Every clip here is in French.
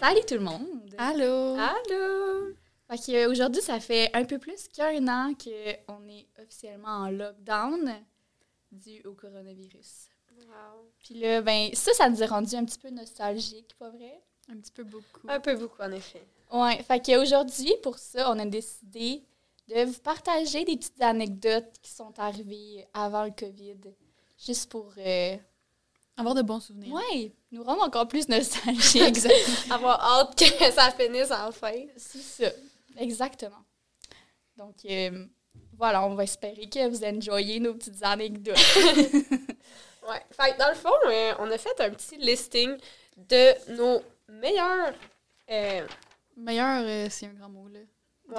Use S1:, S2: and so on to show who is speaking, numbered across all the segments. S1: Salut tout le monde!
S2: Allô!
S1: Allô! Fait que, euh, aujourd'hui, ça fait un peu plus qu'un an qu'on est officiellement en lockdown dû au coronavirus.
S3: Wow.
S1: Puis là, ben, ça, ça nous a rendu un petit peu nostalgiques, pas vrai?
S2: Un petit peu beaucoup.
S3: Un peu beaucoup, en effet.
S1: Ouais, fait qu'aujourd'hui, pour ça, on a décidé de vous partager des petites anecdotes qui sont arrivées avant le COVID, juste pour, euh,
S2: Avoir de bons souvenirs.
S1: ouais, nous rendre encore plus nostalgiques.
S2: exact.
S3: Avoir hâte que ça finisse enfin.
S1: C'est ça, exactement. Donc, euh, voilà, on va espérer que vous enjoyez nos petites anecdotes.
S3: Ouais. Fait que dans le fond, euh, on a fait un petit listing de nos meilleurs. euh,
S2: Meilleur, euh, c'est un grand mot, là.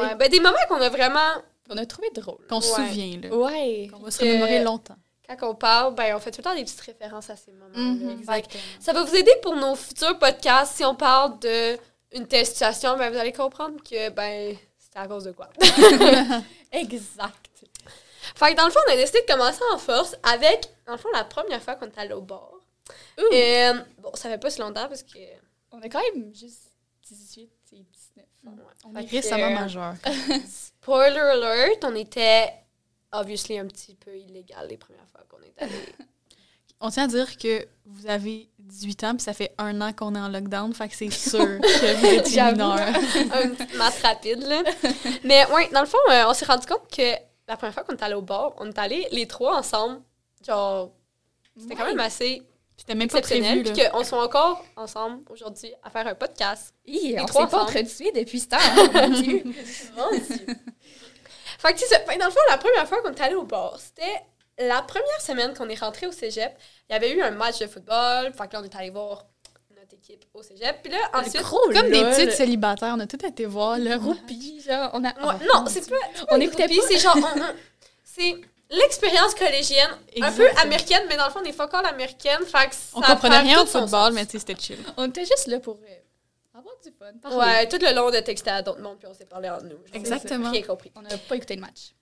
S3: ouais, ben, des moments qu'on a vraiment.
S1: On a trouvé drôle.
S2: Qu'on se
S3: Ouais.
S2: souvient, là.
S1: Ouais.
S2: Qu'on va se
S3: Que-
S2: remémorer longtemps.
S3: Quand on parle, ben, on fait tout le temps des petites références à ces moments-là.
S1: Mhm.
S3: Fait que ça va vous aider pour nos futurs podcasts. Si on parle de une telle situation, ben, vous allez comprendre que ben, c'était à cause de quoi.
S1: Exact.
S3: Fait que dans le fond, on a décidé de commencer en force avec, dans le fond, la première fois qu'on est allé au bar.
S1: Ouh.
S3: Euh, bon, ça fait pas si longtemps parce que.
S1: On a quand même juste 18 et 19 ans.
S3: ouais.
S2: On
S3: Fait
S2: est
S3: que,
S2: récemment
S3: euh,
S2: majeur.
S3: Spoiler alert, on était obviously un petit peu illégal les premières fois qu'on est allé.
S2: On tient à dire que vous avez 18 ans, puis ça fait un an qu'on est en lockdown, fait que c'est sûr que vous êtes
S1: J'avoue.
S2: mineur.
S3: un petit masse rapide, là. Mais oui, dans le fond, euh, on s'est rendu compte que la première fois qu'on est allé au bar, on est allé les trois ensemble. Genre, c'était quand
S1: Ouais.
S3: même assez
S2: C'était même pas
S3: exceptionnel.
S2: prévu, là.
S3: Puis qu'on soit encore ensemble aujourd'hui à faire un podcast.
S1: Hi, on
S3: trois
S1: s'est pas
S3: ensemble.
S1: entretués depuis ce temps. hein, mon Dieu.
S3: Mon Dieu. fait que c'est ça. Fait que dans le fond, la première fois qu'on est allé au bar, c'était la première semaine qu'on est rentré au cégep. Il y avait eu un match de football. Fait que là, on est allé voir notre équipe au cégep. Puis là,
S2: Ah,
S3: ensuite.
S1: gros,
S2: Comme des
S1: lol.
S2: petites célibataires, on a tout été voir, là.
S1: Groupies, Ah, genre, on a...
S3: Ouais, non, c'est pas. c'est pas
S1: On
S3: une
S1: écoutait
S3: groupie,
S1: pas.
S3: C'est genre. on- on- c'est l'expérience collégienne, un peu
S2: Exactement.
S3: américaine, mais dans le fond, des fois encore américaine. Fait que
S2: On
S3: ça
S2: comprenait
S3: perd
S2: rien au
S3: tout son
S2: football,
S3: sens.
S2: mais tu sais, c'était chill.
S1: On était juste là pour euh, avoir du fun, parler.
S3: Ouais, tout le long, on a texté à d'autres mondes, puis on s'est parlé en nous. Genre,
S2: Exactement.
S3: Rien compris.
S1: On n'a pas écouté le match.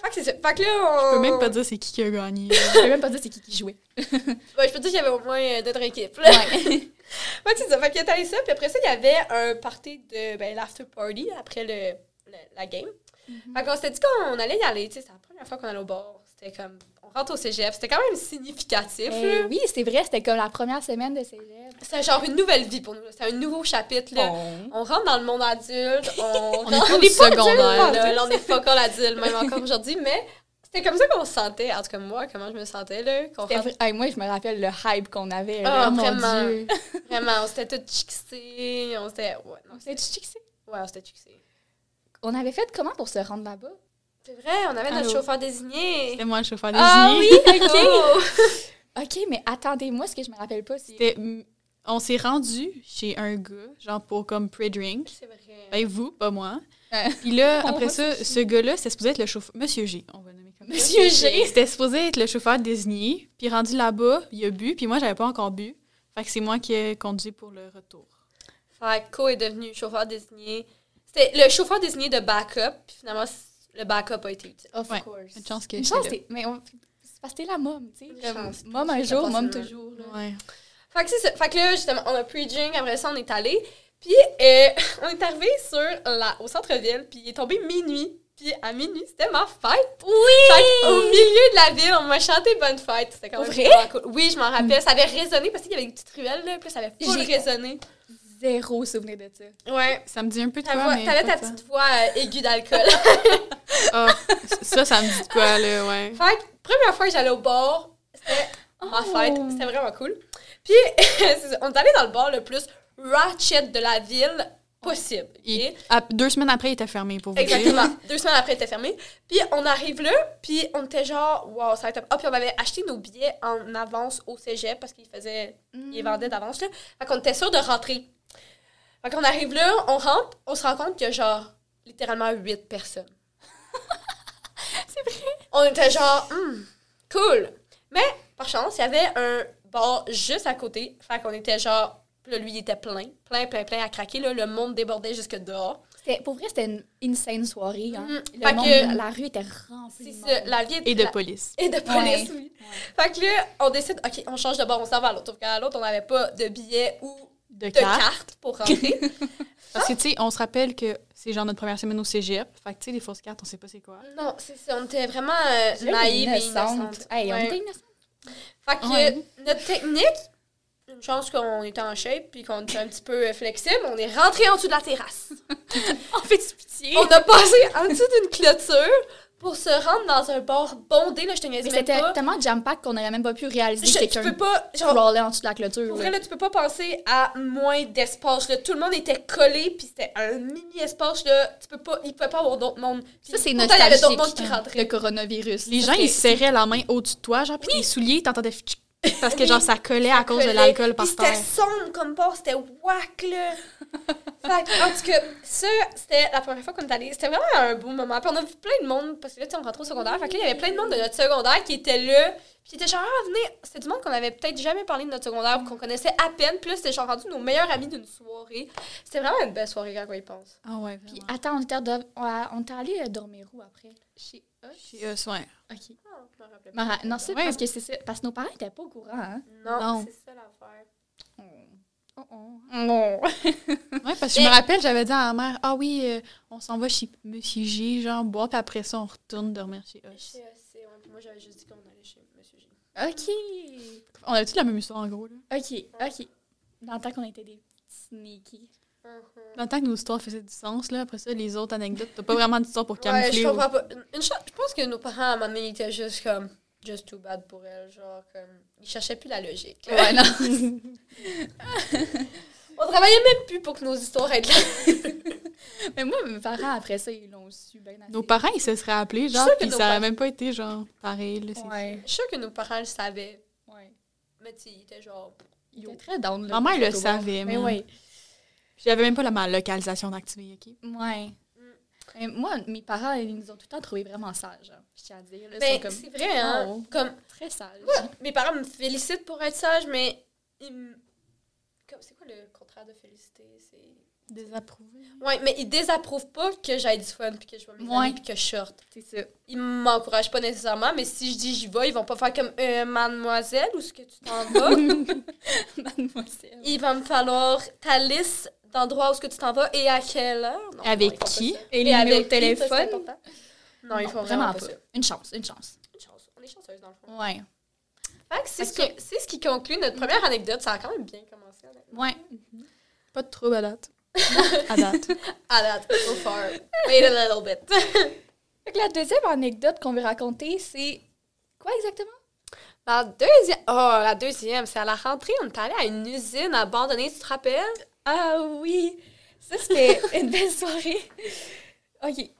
S3: Fait que c'est ça. Fait que là, on.
S2: Je peux même pas dire c'est qui qui a gagné.
S1: Je peux même pas dire c'est qui qui jouait.
S3: Ouais, je peux dire qu'il y avait au moins euh, notre équipe. Là.
S1: Ouais.
S3: Ouais, c'est ça. Fait qu'il y a allé ça, puis après ça, il y avait un party de ben, l'after party après le, le- la game.
S2: Mhm.
S3: Fait qu'on s'était dit qu'on allait y aller. Tu sais, c'est la première fois qu'on allait au bar. C'était comme. On rentre au cégep. C'était quand même significatif.
S2: Eh
S1: Ben
S3: là.
S1: oui, c'est vrai, c'était comme la première semaine de cégep.
S3: C'était genre une nouvelle vie pour nous. là. C'était un nouveau chapitre. Là. On rentre dans le monde adulte. On,
S2: On est
S3: rentre-
S2: pas au
S3: pas adulte,
S2: secondaire,
S3: là. Là, on est pas encore adulte, même encore aujourd'hui. Mais c'était comme ça qu'on se sentait. En tout cas, moi, comment je me sentais. là qu'on
S1: C'était
S3: rentre-
S1: vrai- Hey, moi, je me rappelle le hype qu'on avait. là.
S3: Ah,
S2: Oh, mon
S3: vraiment.
S2: Dieu.
S3: Vraiment, on s'était tous chixés. On s'était. Ouais, non,
S1: On s'est chixé.
S3: ouais, on s'était chixés.
S1: On avait fait comment pour se rendre là-bas?
S3: C'est vrai, on avait notre
S2: Allô?
S3: chauffeur désigné.
S2: C'était moi le chauffeur désigné.
S3: Ah oui, ok.
S1: OK, mais attendez-moi, ce que je me rappelle pas, c'est...
S2: C'était- mm, on s'est rendu chez un gars, genre pour comme pre-drink.
S3: C'est vrai.
S2: Ben vous, pas moi.
S1: Ouais.
S2: Puis là,
S1: On
S2: après
S1: va
S2: ça, ce gars-là, c'était supposé être le chauffeur. Monsieur G, on va le nommer comme ça.
S3: Monsieur G.
S2: C'était supposé être le chauffeur désigné. Puis rendu là-bas, il a bu. Puis moi, j'avais pas encore bu. Fait que c'est moi qui ai conduit pour le retour.
S3: Fait que Co est devenu chauffeur désigné. C'était le chauffeur désigné de backup. Puis finalement, c- le backup a été utile.
S1: Of
S2: Ouais,
S1: course.
S2: Une chance que
S1: Une
S2: j'étais
S1: chance,
S2: là.
S1: c'est- mais on- c'est parce que t'es la môme, tu
S3: Une
S1: sais. comme
S3: chance.
S1: Môme un
S3: Ça
S1: jour,
S3: passe
S1: môme
S3: une-
S1: toujours. là.
S2: Ouais.
S3: Fait que c'est ça. Fait que là, justement, on a pre-drink. Après ça, on est allé. Puis euh, on est arrivé sur la, au centre-ville. Puis il est tombé minuit. Puis à minuit, c'était ma fête. Oui! au milieu de la ville, on m'a chanté Bonne fête. C'était quand
S1: Pour
S3: même
S1: vrai?
S3: vraiment cool. Oui, je m'en rappelle. Ça avait résonné parce qu'il y avait des petites ruelles, là. Puis ça avait full
S1: J'ai-
S3: résonné.
S1: Zéro souvenir de ça.
S3: Ouais.
S2: Ça me dit un peu de
S3: Ta
S2: quoi,
S3: voix-
S2: mais
S3: T'avais
S2: pas
S3: ta
S2: tant.
S3: petite voix euh, aiguë d'alcool.
S2: Ah, ça, ça me dit de quoi, là, ouais.
S3: Fait que, première fois que j'allais au bar, c'était ma
S1: Oh.
S3: fête. C'était vraiment cool. Puis, c'est ça, on est allé dans le bar le plus ratchet de la ville possible. ok?
S2: Il- à- deux semaines après, il était fermé pour vous dire.
S3: Exactement. Deux semaines après, il était fermé. Puis, on arrive là, puis on était genre, wow, ça va être top. Ah, puis on avait acheté nos billets en avance au cégep parce qu'ils faisaient, ils vendaient d'avance, là. Fait qu'on était sûr de rentrer. Fait qu'on arrive là, on rentre, on se rend compte qu'il y a genre littéralement huit personnes. on était genre, Hmm, cool. Mais par chance, il y avait un bar juste à côté. Fait qu'on était genre, là, lui, il était plein, plein, plein, plein à craquer. Là, le monde débordait jusque dehors.
S1: C'était- Pour vrai, c'était une insane soirée. hein.
S3: Mhm.
S1: Le
S3: Fait
S1: monde,
S3: que-
S1: la- la rue était remplie.
S3: C'est
S1: de
S3: ça,
S1: monde.
S3: la vie est-
S2: Et de
S3: la-
S2: police.
S3: et de police,
S1: Ouais.
S3: oui. Fait que là, on décide, OK, on change de bar, on s'en va à l'autre. Fait qu'à l'autre, on n'avait pas de billets ou
S2: de
S3: de
S2: cartes.
S3: cartes pour rentrer.
S2: Parce que, tu sais, on se rappelle que c'est genre notre première semaine au cégep. Fait que, tu sais, les fausses cartes, on sait pas c'est quoi.
S3: non, c'est ça. On était vraiment euh, naïves et innocentes.
S1: Hey, on
S3: Ouais.
S1: était innocentes.
S3: Fait que
S2: Ouais.
S3: euh, notre technique, une chance qu'on était en shape puis qu'on était un petit peu euh, flexible, on est rentré en dessous de la terrasse.
S1: On fait du pitié.
S3: on a passé en dessous d'une clôture pour se rendre dans un bar bondé. Là, je te niaise
S1: Mais
S3: même
S1: c'était
S3: pas.
S1: tellement jam-pack qu'on n'aurait même pas pu réaliser
S3: Je,
S1: que
S3: tu
S1: quelqu'un
S3: peux pas, genre,
S1: crawlait en dessous de la clôture.
S3: Pour
S1: là.
S3: vrai, là, tu peux pas penser à moins d'espace. là. Tout le monde était collé, puis c'était un mini-espace. là. Tu peux pas, il pouvait pas avoir d'autres monde. Puis
S1: Ça, c'est
S3: pourtant, Il y avait
S1: nostalgique,
S3: d'autres monde qui
S1: hein,
S3: rentraient.
S1: le coronavirus.
S2: Les gens,
S1: Parce
S2: ils
S1: que-
S2: se serraient la main au-dessus de toi, genre, puis tes souliers, t'entendais fitch- parce que,
S3: Oui,
S2: genre, ça collait à cause de
S3: Collé.
S2: l'alcool
S3: Puis
S2: par terre.
S3: c'était sombre comme port, c'était whack, là. fait que, en tout cas, ça, c'était la première fois qu'on est allé. C'était vraiment un beau moment. Puis on a vu plein de monde, parce que là, tu sais, on rentre au secondaire. Fait que là, il y avait plein de monde de notre secondaire qui était là. Puis qui était genre, ah, venez. C'était du monde qu'on avait peut-être jamais parlé de notre secondaire, qu'on connaissait à peine. Puis là, c'était genre rendu nos meilleurs amis d'une soirée. C'était vraiment une belle soirée quand on y pense.
S2: Ah ouais,
S1: Puis
S2: vraiment.
S1: attends, on était, de- on- on était allé euh, dormir où après? Chez eux?
S2: Puis, euh, ouais.
S1: OK.
S3: Ah, je me rappelais pas.
S1: Mara- Non, c'est
S2: Ouais.
S1: parce que c'est ça. Parce que nos parents n'étaient pas au courant, hein?
S3: Non,
S2: Non.
S3: c'est ça l'affaire.
S1: Oh, oh, oh. Non.
S2: Ouais, parce que je me rappelle, j'avais dit à ma mère, ah oui, euh, on s'en va chez Monsieur G, genre, boire, puis après ça, on retourne dormir chez eux.
S3: Chez AC, ouais, puis moi j'avais juste dit qu'on allait chez Monsieur G.
S1: OK.
S2: On a toute la même histoire, en gros, là.
S1: OK, OK. Dans le temps qu'on était des petits sneaky.
S2: Dans le temps que nos histoires faisaient du sens, là, après ça, les autres anecdotes, t'as pas vraiment d'histoire pour
S3: Ouais,
S2: camoufler.
S3: je
S2: ou-
S3: comprends pas. Une- une chose- je pense que nos parents, à un moment donné, étaient juste comme, just too bad pour elle. Genre, comme, ils cherchaient plus la logique.
S1: Ouais, non.
S3: On travaillait même plus pour que nos histoires aient de la
S1: Mais moi, mes parents, après ça, ils l'ont su bien assez.
S2: Nos parents, ils se seraient appelés,
S3: suis
S2: genre,
S3: sûre que
S2: puis
S3: nos
S2: ça aurait
S3: parents-
S2: même pas été, genre, pareil, là, c'est-
S1: Ouais,
S3: Je suis sûre que nos parents le savaient.
S1: ouais.
S3: Mais tu sais, ils étaient genre.
S1: Ils
S2: Yo.
S1: étaient très down. là,
S2: Maman, elle le
S1: pour
S2: savait,
S1: Mais
S2: man.
S1: ouais.
S2: J'avais même pas la, ma localisation d'activer, OK?
S1: Ouais. Mais moi, mes parents, ils nous ont tout le temps trouvés vraiment sages. hein. Je tiens à dire. là, ils
S3: Ben,
S1: sont comme
S3: c'est vrai, hein.
S1: Oh.
S3: Comme,
S1: très sages.
S3: mes parents me félicitent pour être sage, mais ils me- comme- C'est quoi le contraire de féliciter? C'est.
S2: Désapprouvé.
S3: Ouais, mais ils désapprouvent pas que j'aille du fun puis que je vois mes
S1: Ouais.
S3: amis puis que je sorte.
S1: C'est ça.
S3: Ils m'encouragent pas nécessairement, mais si je dis j'y vais, ils vont pas faire comme Euh, mademoiselle où est-ce que tu t'en vas.
S1: Mademoiselle.
S3: Il va me falloir ta liste d'endroits où est-ce que tu t'en vas et à quelle heure. Non,
S2: Avec
S3: non, ils font pas
S2: qui?
S3: ça.
S1: Et,
S3: Et avec
S1: au
S3: qui, ça, c'est
S1: téléphone.
S3: important. Non, ils font
S1: vraiment,
S3: vraiment pas
S1: pas.
S3: ça.
S1: Une chance, une chance.
S3: Une chance. On est chanceuses dans le fond.
S1: Ouais.
S3: Fait que c'est
S1: Ok.
S3: ce que- c'est ce qui conclut notre première anecdote. Ça a quand même bien commencé. honnêtement.
S1: Ouais.
S2: Pas de trouble à date. à date.
S3: À date, so far. Wait a little bit.
S1: Fait que la deuxième anecdote qu'on veut raconter, c'est quoi exactement?
S3: La deuxième. Oh, la deuxième, c'est à la rentrée, on est allé à une usine abandonnée, tu te rappelles?
S1: Ah oui! Ça, c'était une belle soirée. OK.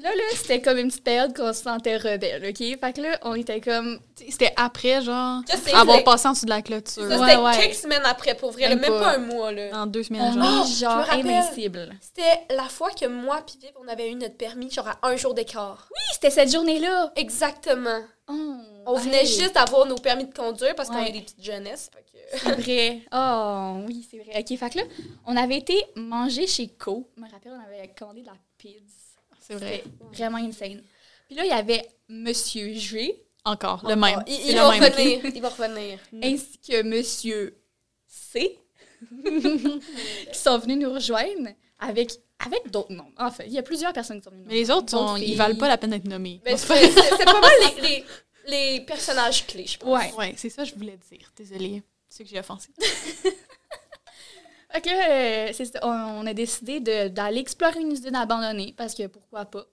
S1: Là, là, c'était comme une petite période qu'on se sentait rebelle, OK? Fait que là, on était comme...
S2: T'sais, C'était après, genre,
S3: Ça, c'est
S2: avoir
S3: vrai.
S2: passé en dessous de la clôture.
S1: Ouais,
S3: Ça, c'était
S1: ouais.
S3: quelques semaines après, pour vrai, là,
S2: Même
S3: même,
S2: pas.
S3: pas un mois. Là.
S2: En deux semaines,
S1: On
S2: genre.
S1: est
S3: Oh, je me
S1: genre
S3: rappelle.
S1: invincible.
S3: C'était la fois que moi puis Viv, on avait eu notre permis, genre à un jour d'écart.
S1: Oui, c'était cette journée-là!
S3: Exactement.
S1: Oh,
S3: On venait
S1: hey,
S3: juste d'avoir nos permis de conduire parce qu'on
S1: Ouais.
S3: est des petites jeunesses. fait que-
S1: C'est vrai. Oh, oui, c'est vrai. OK, fait que là, on avait été manger chez Co. Je me rappelle, on avait commandé de la pizza.
S2: C'est vrai.
S1: Vraiment insane. Puis là, il y avait Monsieur G
S2: Encore, le
S3: Encore.
S2: même.
S3: Ils,
S2: C'est
S3: ils
S2: le
S3: vont
S2: même.
S3: revenir. Ils vont revenir.
S2: Mm.
S1: ainsi que Monsieur C qui sont venus nous rejoindre avec, avec d'autres noms. En fait, il y a plusieurs personnes qui sont venues nous
S2: Mais les autres,
S1: D'autres
S2: sont-
S1: filles.
S2: ils valent pas la peine d'être nommés.
S3: Mais Ben, c'est c'est- c'est pas mal les, les, les personnages clés, je pense.
S1: rejoindre. Ouais.
S2: Ouais, c'est ça que je voulais dire. Désolée. C'est que j'ai offensé.
S1: Fait que là, euh, c'est ça, on, on a décidé de- d'aller explorer une usine abandonnée parce que pourquoi pas.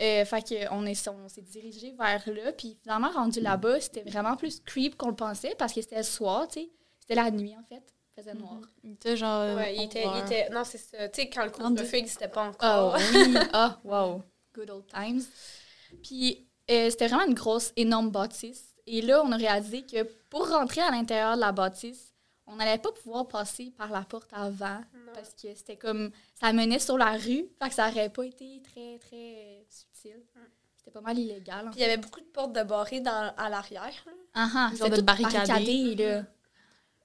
S1: Euh, fait que on est- on s'est dirigé vers là, puis finalement rendu là-bas, c'était vraiment plus creep qu'on le pensait parce que c'était le soir, tu sais. C'était la nuit en fait, il faisait noir.
S2: Il était genre. euh,
S3: Ouais, il était, il était- Non, c'est ça. Tu sais, quand le couvre-feu n'existait pas
S1: Oh
S3: encore.
S1: oui, ah wow, good old times. Puis euh, c'était vraiment une grosse, énorme bâtisse. Et là, on a réalisé que pour rentrer à l'intérieur de la bâtisse, on n'allait pas pouvoir passer par la porte avant
S3: Non.
S1: parce que c'était comme ça menait sur la rue, fait que ça aurait pas été très très euh, subtil. C'était pas mal illégal. en
S3: Puis il y avait beaucoup de portes de barrées dans, à l'arrière. là.
S1: Ah ah,
S2: Genre
S1: c'était
S2: de
S1: tout
S2: barricadé.
S1: barricadé, Mhm. là.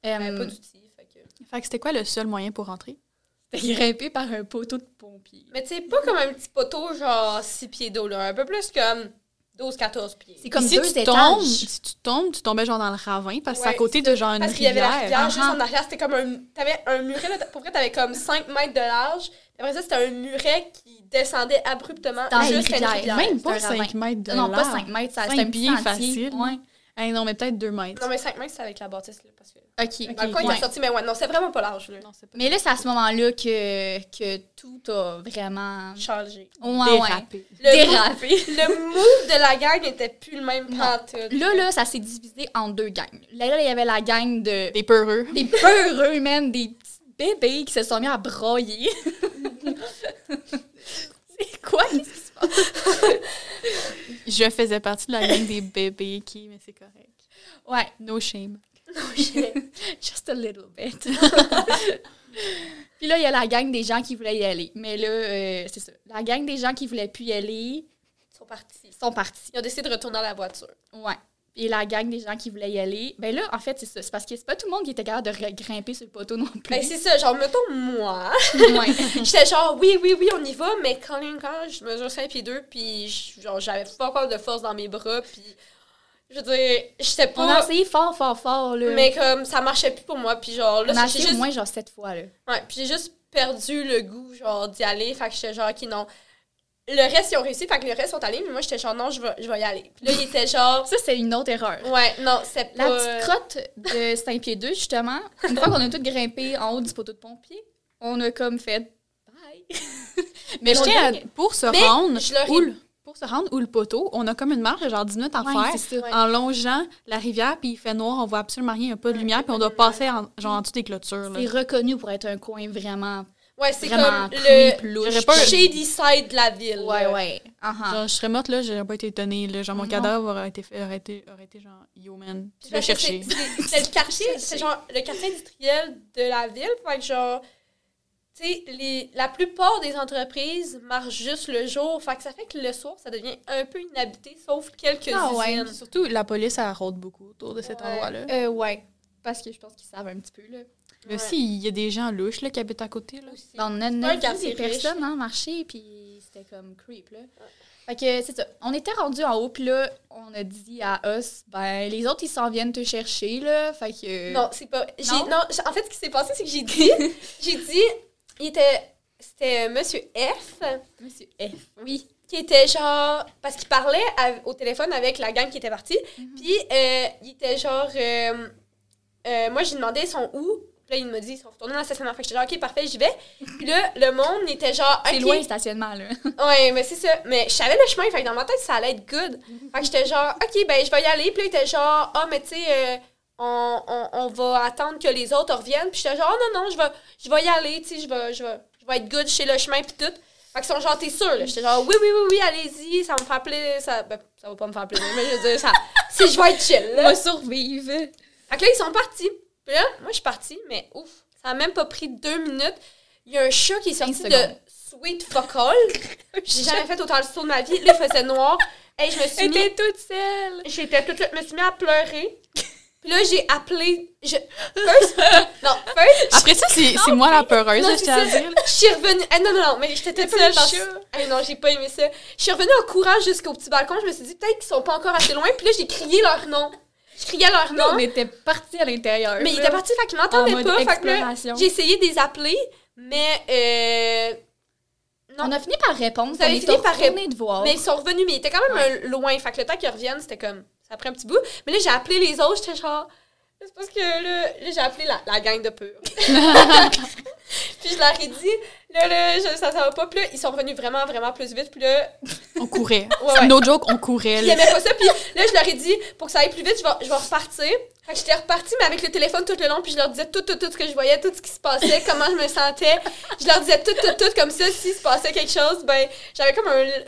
S3: Il n'y avait
S2: Hum.
S1: Euh,
S3: pas d'outils. fait que-
S2: Fait que c'était quoi le seul moyen pour rentrer?
S1: C'était grimpé par un poteau de pompier.
S3: Mais tu sais, pas comme un petit poteau, genre 6 pieds d'eau, là. Un peu plus comme 12, 14 pieds.
S1: C'est comme
S2: si
S1: deux
S2: tu
S1: étages.
S2: tombes, si tu tombes, tu tombais genre dans le ravin parce que c'est à
S3: Ouais,
S2: côté de genre une
S3: Parce qu'il y
S2: rivière.
S3: avait la rivière juste
S1: Ah.
S3: en arrière. C'était comme un. T'avais un muret, là, pour vrai, t'avais comme 5 mètres de large. Puis Après ça, c'était un muret qui descendait abruptement
S1: Dans une
S3: jusqu'à une
S1: rivière.
S3: rivière.
S2: Ah, Même
S1: C'est
S2: pas
S1: un
S2: 5 mètres de
S1: Non, pas
S2: large.
S1: 5 mètres, ça-
S2: Cinq
S1: c'est un petit
S2: pieds
S1: sentier.
S2: facile.
S1: Ouais.
S2: Hey, non, mais peut-être 2 mètres.
S3: Non, mais 5 mètres, c'est avec la bâtisse. Là, parce que...
S1: OK. ben,
S3: Dans le coin, il
S1: ouais.
S3: a sorti, mais ouais, non, c'est vraiment pas large, là.
S2: Non, c'est pas
S1: Mais là, c'est à ce moment-là que, que tout a vraiment...
S3: Chargé.
S1: Ouais, ouais.
S2: dérapé.
S3: Le
S1: Dérapé.
S3: move- Le move de la gang était plus le même
S1: Non.
S3: pantoute.
S1: Là, là, ça s'est divisé en deux gangs. Là, là, il y avait la gang de
S2: Des peureux.
S1: des peureux, man, des petits bébés qui se sont mis à broyer. c'est quoi?
S2: Je faisais partie de la gang des bébés qui, mais c'est correct.
S1: Ouais,
S2: No shame.
S1: just a little bit. Puis là, il y a la gang des gens qui voulaient y aller. Mais là, euh, c'est ça. La gang des gens qui voulaient plus y aller
S3: Ils sont partis.
S1: sont partis.
S3: Ils ont décidé de retourner à la voiture.
S1: Ouais. Et la gang des gens qui voulaient y aller, ben là, en fait, c'est ça. C'est parce que c'est pas tout le monde qui était capable de re- grimper sur le poteau non plus.
S3: Ben, c'est ça, genre, mettons, moi,
S1: Ouais.
S3: j'étais genre, oui, oui, oui, on y va, mais quand même, quand je mesure 5 pieds 2, puis je- genre, j'avais pas encore de force dans mes bras, puis je veux dire, j'étais
S1: On a
S3: pas.
S1: essayé fort, fort, fort, là.
S3: Mais comme, ça marchait plus pour moi, puis genre,
S1: on a
S3: là, j'ai
S1: essayé au
S3: juste,
S1: moins, genre, sept fois, là.
S3: ouais, puis j'ai juste perdu le goût, genre, d'y aller, fait que j'étais genre, qui non. Le reste, ils ont réussi, fait que le reste sont allés, mais moi, j'étais genre, non, je vais, je vais y aller. Puis là, ils étaient genre,
S1: Ça, c'est une autre erreur.
S3: ouais, non, c'est
S1: La
S3: pas.
S1: petite crotte de Saint-Pied 2, justement, une fois qu'on a toutes grimpé en haut du poteau de pompier, on a comme fait bye.
S2: Mais je
S1: on
S2: tiens
S1: gagne.
S2: à- pour se
S3: Mais
S2: rendre
S3: je leur ai-
S2: où le- pour se rendre où le poteau, on a comme une marche de genre 10 minutes à
S1: Ouais,
S2: faire
S1: c'est ça.
S3: Ouais.
S2: en longeant la rivière puis il fait noir, on voit absolument rien, il n'y a pas de
S3: Ouais,
S2: lumière puis on doit passer en, genre en dessous des clôtures là.
S1: C'est reconnu pour être un coin vraiment.
S3: Ouais, c'est
S1: Vraiment plus
S3: comme le
S1: plouche.
S2: J'aurais pas-
S3: shady side de la ville.
S1: Ouais,
S3: là.
S1: ouais. Uh-huh.
S2: Genre, je serais morte là, j'aurais pas été étonnée là, genre mon
S1: Non.
S2: cadavre aurait été fait aurait été, aurait été genre yo man,
S3: Puis
S2: tu vas
S3: parce que
S2: chercher.
S3: c'est- c'est- C'est le quartier, c'est genre le quartier industriel de la ville. Fait que genre, tu sais, les- la plupart des entreprises marchent juste le jour. Fait que ça fait que le soir, ça devient un peu inhabité, sauf quelques
S1: Ah ouais.
S3: usines.
S2: Surtout la police elle rôde beaucoup autour de cet
S3: Ouais.
S2: endroit-là.
S1: Euh, ouais. Parce que je pense qu'ils savent un petit peu, là.
S2: Mais
S3: Ouais.
S2: aussi il y a des gens louches là qui habitent à côté là.
S3: Aussi.
S1: On a
S3: un
S1: neuf
S3: quartier
S1: des
S3: riche.
S1: personnes, hein, marché, puis c'était comme creep, là. Fait que, c'est ça. On était rendus en haut, puis là, on a dit à us, ben, les autres, ils s'en viennent te chercher, là. Fait que.
S3: Non, c'est pas. j'ai-
S1: Non?
S3: Non, j'- en fait, ce qui s'est passé, c'est que j'ai dit, j'ai dit, il était, c'était euh, Monsieur F.
S1: Monsieur F. Oui.
S3: qui était genre parce qu'il parlait à- au téléphone avec la gang qui était partie
S1: Mhm.
S3: puis euh, il était genre euh, euh, moi j'ai demandé ils sont où Puis là il m'a dit ils sont retournés dans le stationnement fait que j'étais genre ok parfait j'y vais puis là le monde il était genre
S1: C'est
S3: Ok.
S1: loin, le stationnement, là.
S3: ouais mais c'est ça mais je savais le chemin fait que dans ma tête ça allait être good fait que j'étais genre ok ben je vais y aller puis là il était genre ah mais tu sais euh, on, on- on va attendre que les autres reviennent puis j'étais genre Ah, non non je vais je vais y aller tu sais je vais je vais je vais être good chez le chemin puis tout fait qu'ils sont genre, t'es sûr, là. J'étais genre, oui, oui, oui, oui, allez-y, ça va me faire plaisir. Ça, ben, ça va pas me faire plaisir, mais je veux dire, ça, si je vais être chill,
S1: On va
S3: là.
S1: survivre.
S3: Fait que là, ils sont partis. Puis là, moi, je suis partie, mais ouf, ça a même pas pris deux minutes. Il y a un chat qui est sorti
S1: Cinq
S3: de
S1: secondes. Oh,
S3: sweet fuck all. J'ai jamais fait autant le saut de ma vie. Là, il faisait noir. Et je me suis mis.
S1: était toute seule.
S3: J'étais toute. Je me suis mis à pleurer. Puis là, j'ai appelé. Je... First. Non, first.
S2: Après ça c'est c'est moi la peureuse,
S3: Non,
S2: là,
S3: c'est
S2: je tiens à
S3: ça.
S2: dire. là.
S3: Je suis revenue. Ah, non, non, non, mais j'étais
S1: Petit
S3: tellement dans-
S1: chat.
S3: Ah, non, j'ai pas aimé ça. Je suis revenue en courant jusqu'au petit balcon. Je me suis dit peut-être qu'ils sont pas encore assez loin. Puis là, j'ai crié leur nom. Je criais leur
S1: Non,
S3: nom.
S1: on était partis à l'intérieur.
S3: mais ils
S1: là.
S3: étaient partis, fait qu'ils
S1: En
S3: m'entendaient
S1: mode
S3: pas. Fait que là,
S1: exploration.
S3: j'ai essayé de les appeler, mais euh, non.
S1: On a fini par répondre.
S3: Vous avez
S1: on est
S3: fini par
S1: retourné de voir.
S3: Mais ils sont revenus, mais ils étaient quand même euh, loin. Fait que le temps qu'ils reviennent, c'était comme. Ça prend un petit bout. Mais là, j'ai appelé les autres. J'étais genre. C'est parce que là, là, j'ai appelé la, la gang de pur. puis je leur ai dit, là, là, je- ça, ça va pas. Puis là, ils sont revenus vraiment, vraiment plus vite. Puis là,
S2: On courait.
S3: Ouais, ouais.
S2: No joke, on courait.
S3: Ils
S2: là.
S3: aimaient pas ça. Puis là, je leur ai dit, pour que ça aille plus vite, je vais, je vais repartir. Fait que j'étais repartie, mais avec le téléphone tout le long. Puis je leur disais tout, tout, tout ce que je voyais, tout ce qui se passait, comment je me sentais. Je leur disais tout, tout, tout comme ça. S'il se passait quelque chose, ben, j'avais comme un l-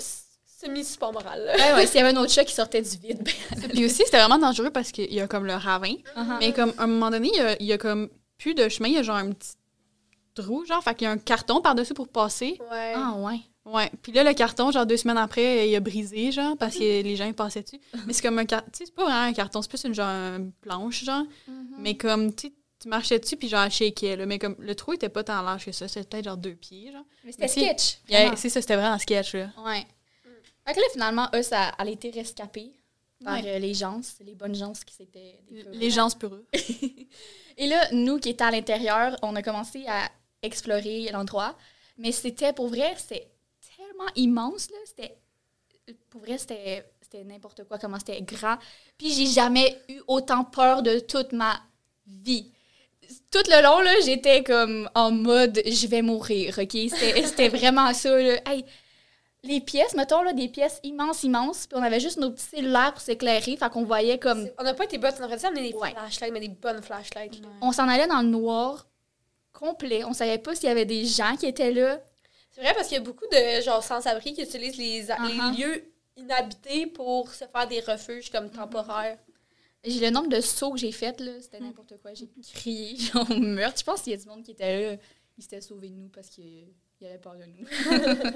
S3: semi-support moral. là.
S1: Ouais, ouais, s'il y avait un autre chat qui sortait du vide, ben,
S2: Puis aussi c'était vraiment dangereux parce qu'il y a comme le ravin.
S1: uh-huh.
S2: Mais comme à un moment donné, il y a- il y, a comme plus de chemin, il y a genre un petit trou, genre, fait qu'il y a un carton par-dessus pour passer.
S3: Ouais.
S1: Ah, ouais.
S2: Ouais. Puis là, le carton, genre deux semaines après, il a brisé, genre, parce que les gens ils passaient dessus. Mais c'est comme un carton, tu sais, c'est pas vraiment un carton, c'est plus une genre une planche, genre. Mais comme, tu sais, tu marchais dessus, puis genre, elle shakeait, là. Mais comme le trou était pas tant large que ça, c'était peut-être genre Ah. deux pieds, genre.
S1: Mais c'était
S2: Mais si-
S1: sketch.
S2: Il y avait-
S1: vraiment.
S2: C'est ça, c'était vraiment un sketch, là.
S1: Ouais. Fait que là, finalement, eux, ça, elle a été rescapée par euh, les gens, les bonnes gens qui s'étaient... des peureux.
S2: Les gens peureux.
S1: Et là, nous qui étions à l'intérieur, on a commencé à explorer l'endroit. Mais c'était, pour vrai, c'était tellement immense, là. C'était... Pour vrai, c'était c'était n'importe quoi, comment c'était grand. Puis j'ai jamais eu autant peur de toute ma vie. Tout le long, là, j'étais comme en mode « je vais mourir », OK? C'était c'était vraiment ça, là. Hey, les pièces, mettons, là, des pièces immenses, immenses, puis on avait juste nos petits cellulaires pour s'éclairer, fait qu'on voyait comme...
S3: On n'a pas été bonnes. On aurait dû amener des
S1: Ouais.
S3: flashlights, mais des bonnes flashlights. là.
S1: On s'en allait dans le noir complet. On savait pas s'il y avait des gens qui étaient là.
S3: C'est vrai parce qu'il y a beaucoup de genre sans-abri qui utilisent les, a- les
S1: Uh-huh. Mm-hmm.
S3: lieux inhabités pour se faire des refuges comme temporaires.
S1: J'ai le nombre de sauts que j'ai faits, là, c'était n'importe quoi. J'ai crié, genre meurtre. Je pense qu'il y a du monde qui était là. Ils s'étaient sauvés de nous parce qu'il y avait peur de nous.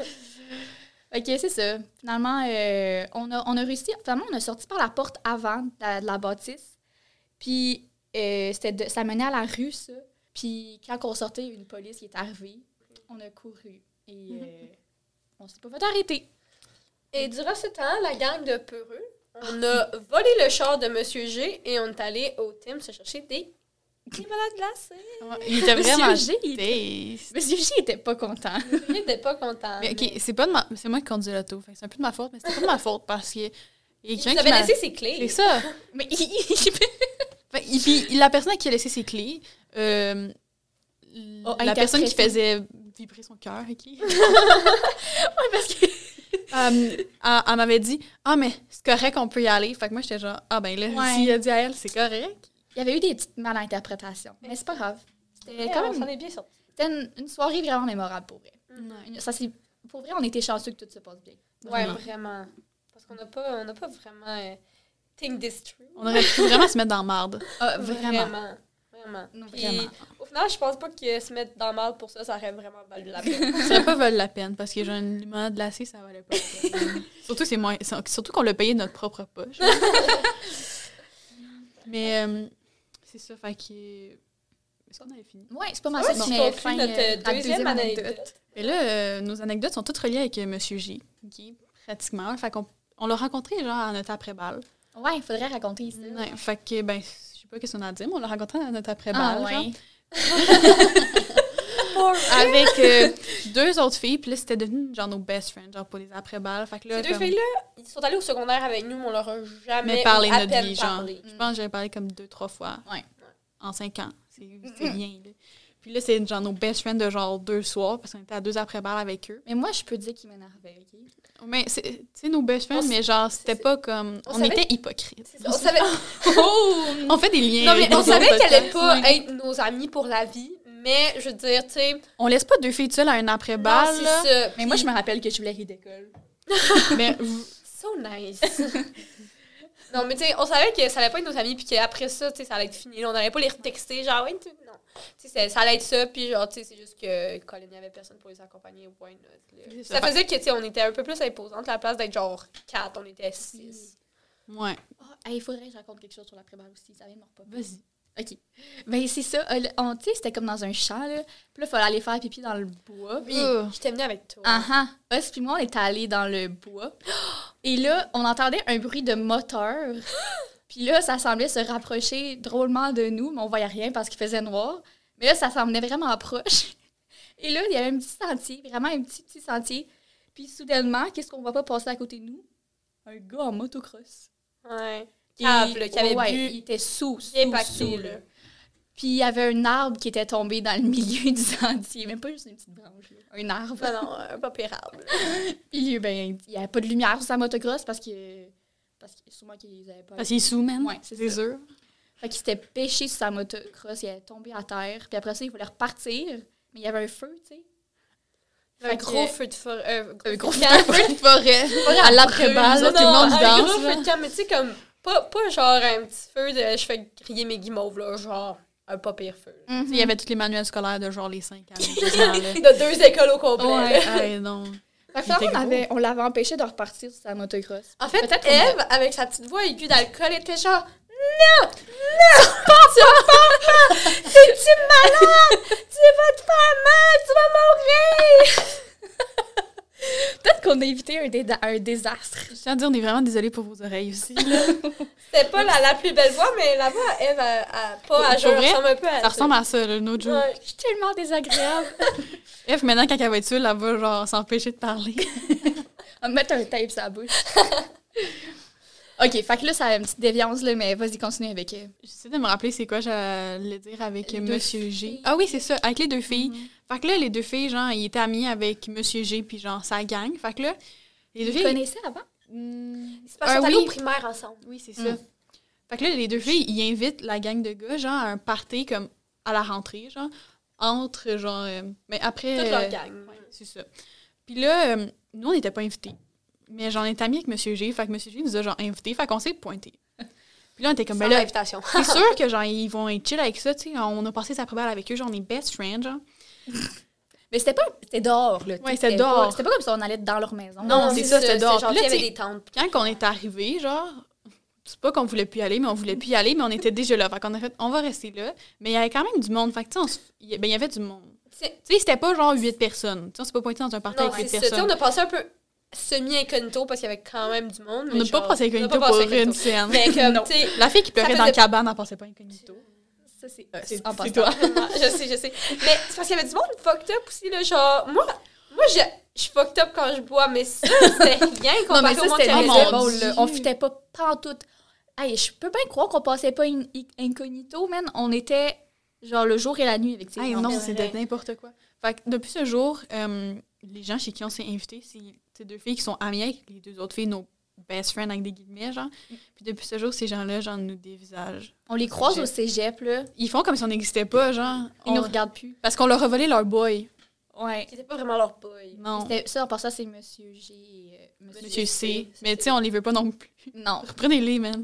S1: OK, c'est ça. Finalement, euh, on, a, on a réussi. Finalement, on a sorti par la porte avant de la, de la bâtisse. Puis, euh, c'était de- ça menait à la rue, ça. Puis, quand on sortait, il y a eu une police qui est arrivée. On a couru. Et euh, on s'est pas fait arrêter.
S3: Et durant ce temps, la gang de Peureux, on a volé le char de Monsieur G et on est allé au Tim se chercher des limonades glacées.
S2: Il était vraiment
S1: Monsieur G, il était-
S2: taste.
S1: Monsieur G était pas content.
S3: Il n'était pas
S1: Ah,
S3: content.
S2: Mais OK, c'est pas de ma... C'est moi qui conduis l'auto, fait que c'est un peu de ma faute, mais c'est pas de ma faute parce qu'il y a
S3: Il
S2: quelqu'un
S3: nous
S2: qui
S3: avait
S2: m'a...
S3: laissé ses clés.
S2: C'est ça.
S1: Mais il-
S2: Fait- et puis la personne à qui a laissé ses clés, euh,
S1: Oh,
S2: la
S1: interpréter.
S2: personne qui faisait vibrer son cœur, ok?
S1: parce que
S2: Euh, elle elle m'avait dit Ah, mais c'est correct, on peut y aller. Fait que moi, j'étais genre Ah, ben là,
S1: Ouais.
S2: s'il a dit à elle, c'est correct.
S1: Il y avait eu des petites malinterprétations, mais c'est pas grave. C'était
S3: Et
S1: quand
S3: on s'en
S1: même
S3: est bien sortis.
S1: c'était une, une soirée vraiment mémorable pour vrai. Une- ça, c'est- pour vrai, on était chanceux que tout se passe bien.
S3: Ouais,
S2: Vraiment.
S3: vraiment. Parce qu'on n'a pas, on n'a pas vraiment euh, think this through.
S2: On aurait pu vraiment se mettre dans la marde.
S1: Ah, vraiment.
S3: Vraiment. Vraiment.
S1: Non,
S3: Puis,
S1: vraiment.
S3: Au final, je pense pas que se mettre dans le mal pour ça, ça aurait vraiment valu la peine.
S2: Ça aurait pas valu la peine parce que genre une limonade glacée, ça valait pas la peine. surtout que c'est moins- c'est- surtout qu'on l'a payé de notre propre poche. mais euh, c'est ça, fait que. Est-ce qu'on avait fini?
S1: Ouais, c'est pas mal
S3: Ah Ouais,
S1: ça
S3: si
S1: mais
S3: on conclut
S1: fin,
S3: notre
S1: euh, la
S3: deuxième anecdote.
S2: Mais là, euh, nos anecdotes sont toutes reliées avec euh, Monsieur G, ok, pratiquement. Fait qu'on on l'a rencontré genre à notre après-balle.
S1: Ouais, il faudrait raconter ça.
S2: Ouais, fait que, ben, je sais pas qu'est-ce qu'on a à dire, mais on l'a rencontré à notre
S1: Ah,
S2: après-balle. genre.
S1: ouais.
S2: avec euh, deux autres filles, puis là, c'était devenu genre nos best friends, genre pour les après-balles. Fait que là,
S3: Ces deux
S2: comme-
S3: filles-là, ils sont allés au secondaire avec nous, mais on leur a jamais
S2: Mais parler
S3: ou à
S2: notre
S3: peine
S2: vie, genre.
S3: parlé.
S2: Je pense que j'avais parlé comme deux, trois fois.
S1: Ouais.
S2: En cinq ans. C'est
S3: Mm-hmm.
S2: c'est bien, là. Puis là, c'est genre nos best friends de genre deux soirs, parce qu'on était à deux après-balles avec eux.
S1: Mais moi, je peux dire qu'il m'énervait, OK?
S2: Mais c'est tu sais, nos best
S3: On
S2: friends,
S3: s-
S2: mais genre, c'était
S3: c'est-
S2: pas comme.
S3: on
S2: On,
S3: savait-
S2: était hypocrites.
S3: C'est ça, On savait,
S2: On fait des liens.
S3: non, mais
S2: avec nos
S3: on
S2: autres hein.
S3: savait qu'elle allait
S2: podcasts.
S3: pas
S2: Ouais.
S3: être nos amies pour la vie, mais je veux dire, tu sais,
S2: On laisse pas deux filles seules à un
S3: non,
S2: après-balle,
S3: c'est
S2: là.
S3: ça.
S1: Mais moi, je me rappelle que je voulais rire d'école.
S2: Mais vous-
S3: So nice. non, mais tu sais, on savait que ça allait pas être nos amis, puis qu'après ça, tu sais, ça allait être fini. là. On allait pas les retexter, genre, ouais, tu non. Tu sais, c'est- ça allait être ça, puis genre, tu sais, c'est juste que Colin, il y avait personne pour les accompagner. Why not, là.
S2: C'est
S3: Ça
S2: ça.
S3: faisait que, tu sais, on était un peu plus imposante, à la place d'être genre 4, on était 6.
S2: Ouais.
S1: Ah, hey, il faudrait que je raconte quelque chose sur l'après-balle aussi. Ça vient de me repopper.
S2: Vas-y.
S1: OK. Ben, c'est ça. Euh, le- on- Tu sais, c'était comme dans un champ, là. Puis là, il fallait aller faire pipi dans le bois.
S3: Oui,
S2: Ugh.
S3: je t'ai venue avec toi.
S1: Ah ah. Us puis moi, on est allés dans le bois. Et là, on entendait un bruit de moteur. Puis là, ça semblait se rapprocher drôlement de nous, mais on voyait rien parce qu'il faisait noir. Mais là, ça semblait vraiment proche. Et là, il y avait un petit sentier, vraiment un petit, petit sentier. Puis soudainement, qu'est-ce qu'on voit pas passer à côté de nous? Un gars en motocross.
S3: Ouais.
S1: Et- oh
S3: Cave, là, qui avait
S1: ouais,
S3: bu
S1: Il était sous, sous,
S3: bien pacté,
S1: sous,
S3: là.
S1: là. Puis il y avait un arbre qui était tombé dans le milieu du sentier. Même pas juste une petite branche, là. un arbre.
S3: Non, non, euh, pas pérable.
S1: Puis, ben, il n'y avait pas de lumière sur sa motocross parce que. Parce que sûrement qu'ils avaient pas.
S2: Parce qu'il est sous, man.
S1: Ouais, c'est
S2: c'est
S1: ça.
S2: sûr.
S1: Fait qu'il s'était pêché sur sa motocross, il est tombé à terre. Puis après ça, il voulait repartir, mais il y avait un feu, tu sais.
S3: Un
S1: Fait
S3: gros
S1: que-
S3: feu de forêt. euh,
S1: Un gros feu
S3: camp.
S1: de forêt. À l'après-balle,
S2: là,
S1: tout le
S3: Non,
S1: monde
S3: un
S1: danse.
S3: gros feu de
S1: là.
S3: camp, mais tu sais, comme, pas, pas genre un petit feu de je fais griller mes guimauves, là, genre un pas pire feu. là.
S2: Il y avait tous les manuels scolaires de genre les 5 ans. les 10 ans, là.
S3: De deux écoles au complet. là.
S2: Ouais, hey, non.
S1: Fait que finalement,
S2: était
S1: on
S2: gros.
S1: avait- on l'avait empêché de repartir sur sa motocross.
S3: En fait,
S1: Peut-être qu'on
S3: Eve, avec sa petite voix aiguë d'alcool, était genre Non! Non! Tu vas pas! Tu es malade! Tu vas te faire mal! Tu vas mourir!
S1: Peut-être qu'on qu'on a évité un, déda- un désastre.
S2: Je tiens à dire, on est vraiment désolé pour vos oreilles aussi. là.
S3: C'était pas la, la plus belle voix, mais la voix, elle, elle- elle- pas à
S2: Pour
S3: jour,
S2: vrai,
S3: ressemble un peu à
S2: Ça ressemble à ça, là, no joke.
S3: Ouais.
S1: Je suis tellement désagréable.
S2: F, maintenant, quand elle va être seule, elle va genre s'empêcher de parler.
S1: On va me mettre un tape sur la bouche. OK, fait que là, ça a une petite déviance, là, mais vas-y, continue avec euh,
S2: J'essaie de me rappeler c'est quoi j'allais dire avec
S1: Les deux
S2: Monsieur G.
S1: filles. Mhm.
S2: Ah oui, c'est ça, avec les deux filles. Fait que là, les deux filles, genre, ils étaient amis avec Monsieur G, puis genre, sa gang. Fait que là, les deux
S1: Vous
S2: filles...
S1: connaissez avant?
S2: Hmm,
S3: C'est parce
S2: Ah
S3: qu'on est allés
S2: oui.
S3: au primaire ensemble.
S2: oui, c'est
S1: Mm.
S2: ça. Fait que là, les deux filles, ils invitent la gang de gars, genre, à un party, comme, à la rentrée, genre, entre, genre... euh, mais après...
S3: Toute
S2: euh,
S3: leur gang.
S2: C'est ça. Puis là, euh, nous, on n'était pas invités. Mais j'en étais amie avec Monsieur G. Fait que Monsieur G nous a genre invités. Fait qu'on s'est pointés. Puis là, on était comme,
S3: Comme
S2: ben là,
S3: l'invitation.
S2: c'est sûr que genre, ils vont être chill avec ça. Tu sais, on a passé sa probable avec eux. Genre, on est best friend, genre.
S1: Mais c'était pas. C'était dehors, là.
S2: Ouais,
S1: Tout
S2: c'était
S1: était
S2: dehors.
S1: pas- C'était pas comme si on allait dans leur maison.
S2: Non, c'est ça, c'était dehors.
S3: Genre,
S2: Puis
S3: il
S2: là,
S3: y avait
S2: tu sais-
S3: des tentes.
S2: Quand on est arrivé, genre, c'est pas qu'on voulait plus y aller, mais on voulait plus y aller, mais on était déjà là. Fait qu'on a fait, on va rester là. Mais il y avait quand même du monde. Fait que, tu sais, on se- il y- ben, il y avait du monde.
S3: C'est-
S2: Tu sais, c'était pas genre huit personnes. Tu sais, on s'est pas pointé dans un party
S3: Non,
S2: avec huit
S3: c'est ça. Tu sais,
S2: personnes.
S3: on a passé un peu semi-incognito parce qu'il y avait quand même du monde.
S2: On n'a
S3: mais
S2: pas
S3: genre,
S2: passé
S3: on n'a
S2: incognito
S3: pas passé
S2: pour une
S3: incognito.
S2: scène.
S3: Mais comme,
S1: Non.
S3: tu sais,
S2: La fille qui pleurait
S3: Ça
S2: dans la
S3: faisait-
S2: cabane, elle passait pas incognito.
S1: Ça, c'est
S2: Euh, c'est-
S1: en
S2: c'est
S1: passant.
S2: toi.
S3: je sais, je sais. Mais c'est parce qu'il y avait du monde fucked up aussi, là. Genre, moi, moi je, je suis fucked up quand je bois, mais ça, c'était rien
S1: Non, mais
S3: comparé
S1: ça,
S3: au monde
S1: c'était
S3: qui avait
S1: les
S2: mon
S3: ça.
S2: Dieu.
S1: drôle, là. On fitait pas pantoute. Hey, je peux bien croire qu'on passait pas in- i- incognito, man. On était genre le jour et la nuit avec ces
S2: Hey,
S1: gens.
S2: non,
S3: c'est
S2: c'est
S3: vrai.
S2: de n'importe quoi. Fait que depuis ce jour, euh, les gens chez qui on s'est invités, c'est ces deux filles qui sont amies avec les deux autres filles, nos best friends avec des guillemets, genre. Puis depuis ce jour, ces gens-là, genre, nous dévisagent.
S1: On les croise au cégep, là.
S2: Ils font comme si on n'existait pas, genre.
S1: Ils
S2: On-
S1: nous regardent plus.
S2: Parce qu'on leur a volé leur boy.
S1: Ouais.
S3: C'était pas vraiment leur boy.
S2: Non.
S1: C'était- Ça, en passant, c'est Monsieur G. et, euh,
S2: Monsieur C.
S1: c'est
S2: Mais
S1: ça.
S2: tu sais, on les veut pas non plus.
S1: Non.
S2: Reprenez-les, man.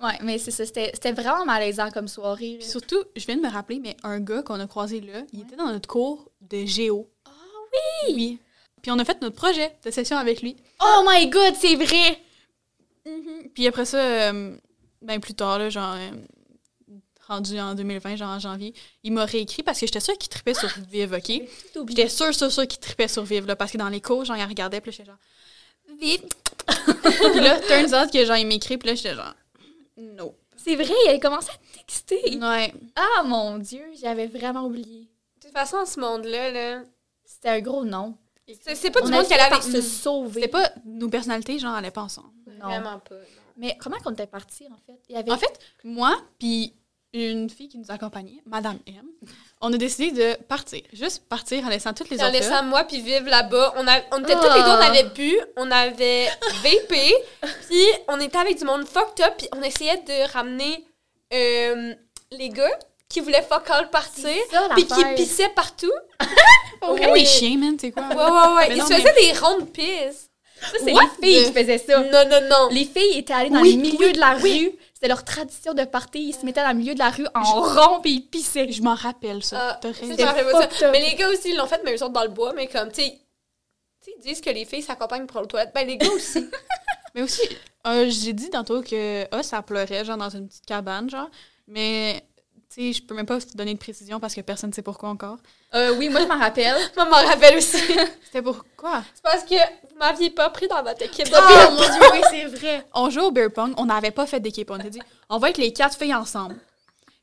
S1: Ouais, mais c'est ça. C'était c'était vraiment malaisant comme soirée.
S2: Puis
S1: là.
S2: surtout, je viens de me rappeler, mais un gars qu'on a croisé là, il était dans notre cours de géo.
S1: Ah
S2: oui! Oui. Puis on a fait notre projet de session avec lui.
S1: Oh my god, c'est vrai!
S2: Puis après ça, euh, ben plus tard, là, genre, euh, rendu en 2020, genre en janvier, il m'a réécrit parce que j'étais sûre qu'il tripait sur Vive, OK?
S1: Tout oublié.
S2: J'étais sûre, sûre, sûre qu'il tripait sur Vive, là, parce que dans les cours, genre, il regardait, puis là, j'étais genre, Vive! puis là, turns out que, genre, il m'écrit, puis là, j'étais genre, no.
S1: C'est vrai, il avait commencé à texter.
S2: Ouais.
S1: Ah mon dieu, j'avais vraiment oublié.
S3: De toute façon, ce monde-là, là,
S1: C'était un gros nom.
S3: c'est c'est pas
S1: On
S3: du
S1: a
S3: monde qui allait
S1: fini
S3: avec
S1: par se
S3: ce.
S1: sauver.
S2: C'était pas nos personnalités, genre, allaient pas ensemble.
S1: Non.
S3: Vraiment pas. non.
S1: Mais comment qu'on était partis, en fait? Il y avait...
S2: En fait, moi, puis une fille qui nous accompagnait, Madame M, on a décidé de partir. Juste partir en laissant toutes les
S3: En
S2: autres là.
S3: laissant moi puis vivre là-bas, on, a- on était
S1: Ah.
S3: tous les deux, on avait bu, on avait VP, puis on était avec du monde fucked up, puis on essayait de ramener euh, les gars qui voulaient fuck all partir,
S1: C'est ça,
S3: puis qui
S1: l'affaire.
S3: pissaient partout.
S2: Pour
S3: Oui.
S2: les chiens, man, c'est quoi?
S3: Ouais, ouais, ouais.
S2: Mais
S3: Ils
S2: non,
S3: se faisaient des ronds de pisse.
S1: Ça, c'est
S2: What
S1: les filles
S2: the-
S1: qui faisaient ça.
S3: Non, non, non.
S1: Les filles étaient allées dans
S2: Oui,
S1: le milieu de la rue. C'était leur tradition de partir. Ils se mettaient dans le milieu de la rue en rond, puis ils pissaient.
S2: Je m'en rappelle, ça.
S3: Ah,
S2: T'as
S3: c'est
S2: raison.
S3: ça, rappelle-moi ça.
S1: fucked up.
S3: Mais les gars aussi, ils l'ont fait, mais eux autres dans le bois, mais comme, tu sais, tu sais, ils disent que les filles s'accompagnent pour le toilette. Ben, les gars aussi.
S2: Mais aussi, euh, j'ai dit tantôt que ah, ça pleurait, genre, dans une petite cabane, genre. Mais, tu sais, je peux même pas te donner de précision parce que personne ne sait pourquoi encore.
S1: Euh, oui, moi, je m'en rappelle.
S3: Moi, je m'en rappelle aussi. C'est
S2: C'était pourquoi?
S3: parce que vous m'aviez pas pris dans votre équipe de
S2: Ah!
S1: oh mon dieu, oui, c'est vrai.
S2: On jouait au beer pong, on n'avait pas fait d'équipe. On a dit, on va être les quatre filles ensemble.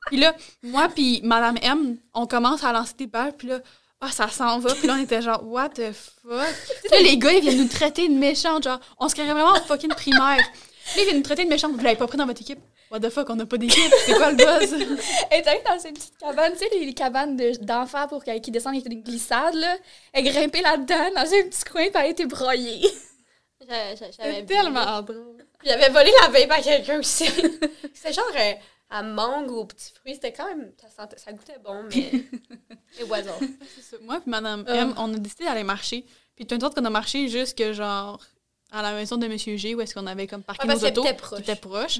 S2: Puis là, moi puis Madame M, on commence à lancer des balles, puis là, ah, ça s'en va. Puis là, on était genre, what the fuck? Puis là, les gars, ils viennent nous traiter de méchantes, genre, on se créerait vraiment en fucking primaire. Puis là, ils viennent nous traiter de méchantes, vous l'avez pas pris dans votre équipe. What the fuck, on n'a pas d'équipe, c'est quoi le buzz?
S1: Elle est allée dans une petite cabane, tu sais, les, les cabanes de- d'enfants pour qu'elle- qu'ils descendent, il y a une glissade, là. Elle grimpait là-dedans, dans un petit coin, puis elle était broyée.
S3: J'a- j'a- J'avais
S2: C'est tellement
S3: drôle. J'avais volé la vape à quelqu'un aussi. C'était genre euh, à mangue ou aux petits fruits. C'était quand même. Ça, sentait- ça goûtait bon, mais. Et oiseaux.
S2: C'est ça. Moi puis Madame
S3: Euh.
S2: M, on a décidé d'aller marcher. Puis tout sorte qu'on a marché jusque, genre, à la maison de Monsieur G, où est-ce qu'on avait comme parqué
S3: Ouais, parce
S2: nos
S3: que
S2: autos.
S3: c'était proche. Mm-hmm.
S2: qui était proche.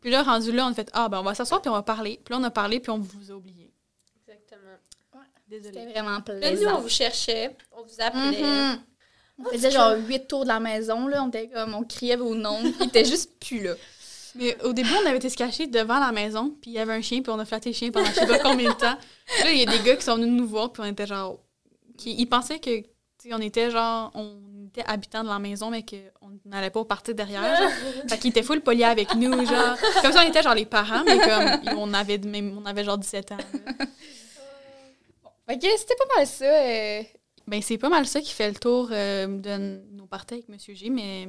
S2: Puis là, rendu là, on a fait Ah, ben on va s'asseoir puis on va parler. Puis là, on a parlé puis on vous a oublié.
S3: Exactement.
S1: C'était
S2: Désolée.
S1: vraiment
S3: Là, nous, on
S1: plaisant.
S3: vous cherchait, on vous appelait.
S1: Mhm. On faisait genre huit tours de la maison, là. On était comme, on criait vos noms, puis ils étaient juste plus là.
S2: Mais au début, on avait été se cacher devant la maison puis il y avait un chien puis on a flatté le chien pendant je sais pas combien de temps. Puis là, il y a des gars qui sont venus nous voir puis on était genre. Qui, ils pensaient que tu sais, on était genre, on était habitants de la maison, mais qu'on n'allait pas partir derrière. Genre. Fait qu'ils étaient full polis avec nous, genre. Comme ça, on était genre les parents, mais comme on avait, de même, on avait genre 17 ans. là.
S1: Fait que c'était pas mal ça. euh,
S2: Ben, c'est pas mal ça qui fait le tour euh, de n- nos parties avec Monsieur G, mais